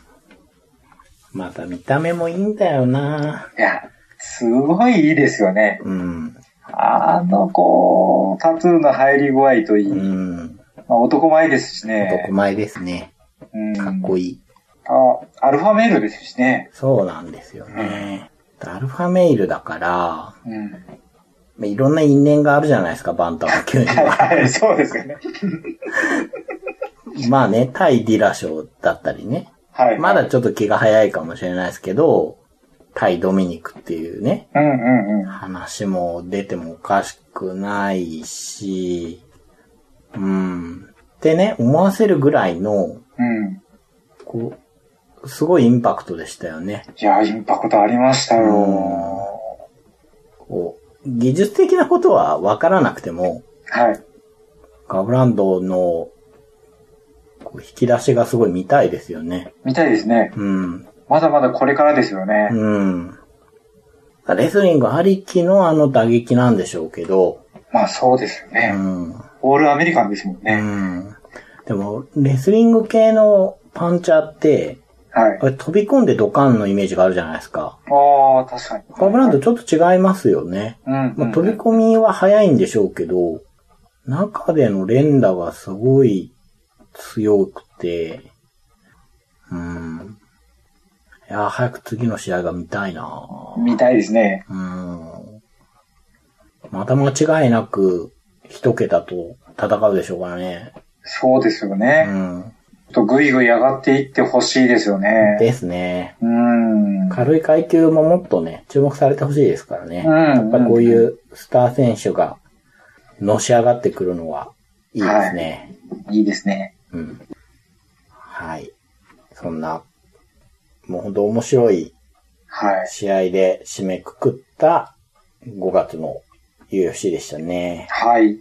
[SPEAKER 1] また見た目もいいんだよない
[SPEAKER 2] や、すごいいいですよね。
[SPEAKER 1] うん。
[SPEAKER 2] あの、こう、タトゥーの入り具合といい。
[SPEAKER 1] うん。
[SPEAKER 2] まあ、男前ですし
[SPEAKER 1] 男
[SPEAKER 2] ね。
[SPEAKER 1] 前ですね。
[SPEAKER 2] うん。
[SPEAKER 1] かっこ
[SPEAKER 2] いい。
[SPEAKER 1] いい。
[SPEAKER 2] あ、アルファメールですしね。
[SPEAKER 1] そうなんですよね。アルファメイルだから、
[SPEAKER 2] うん。
[SPEAKER 1] まあいろんな因縁があるじゃないですか、バンタム級には。
[SPEAKER 2] はい、そうですよね。
[SPEAKER 1] まあね、対ディラ賞だったりね。
[SPEAKER 2] はい。
[SPEAKER 1] まだちょっと気が早いかもしれないですけど、対ドミニクっていうね、
[SPEAKER 2] うんうんうん。
[SPEAKER 1] 話も出てもおかしくないし、うん。ってね、思わせるぐらいの、
[SPEAKER 2] うん。
[SPEAKER 1] こう、すごいインパクトでしたよね。
[SPEAKER 2] いや、インパクトありましたよ。
[SPEAKER 1] こう、技術的なことはわからなくても、
[SPEAKER 2] はい。
[SPEAKER 1] ガブランドの、こう引き出しがすごい見たいですよね。
[SPEAKER 2] 見たいですね。
[SPEAKER 1] うん。
[SPEAKER 2] まだまだこれからですよね。
[SPEAKER 1] うん。レスリングありきのあの打撃なんでしょうけど、
[SPEAKER 2] まあそうですよね。
[SPEAKER 1] うん。
[SPEAKER 2] オールアメリカンですもん
[SPEAKER 1] う
[SPEAKER 2] ね。
[SPEAKER 1] ん。でも、レスリング系のパンチャーって、
[SPEAKER 2] はい。
[SPEAKER 1] あれ飛び込んでドカンのイメージがあるじゃないですか。
[SPEAKER 2] ああ、確かに。
[SPEAKER 1] 他ブランドちょっと違いますよね。
[SPEAKER 2] うん、う
[SPEAKER 1] まあ、
[SPEAKER 2] ん。
[SPEAKER 1] 飛び込みは早いんでしょうけど、中での連打がすごい強くて、うん。いやー、早く次の試合が見たいな
[SPEAKER 2] みたいですね。
[SPEAKER 1] うん。また間違いなく一桁と戦うでしょうからね。
[SPEAKER 2] そうですよ
[SPEAKER 1] う
[SPEAKER 2] ね。
[SPEAKER 1] ん。
[SPEAKER 2] とぐいぐい上がっていってほしいですよね。
[SPEAKER 1] ですね。
[SPEAKER 2] うん。
[SPEAKER 1] 軽い階級ももっとね、注目されてほしいですからね。
[SPEAKER 2] うん
[SPEAKER 1] やっぱりこういうスター選手がのし上がってくるのはいいですね。
[SPEAKER 2] いいですね。
[SPEAKER 1] うん。はい。そんな、もうほんと面白い
[SPEAKER 2] はい。
[SPEAKER 1] 試合で締めくくった5月の UFC でしたね。
[SPEAKER 2] はい。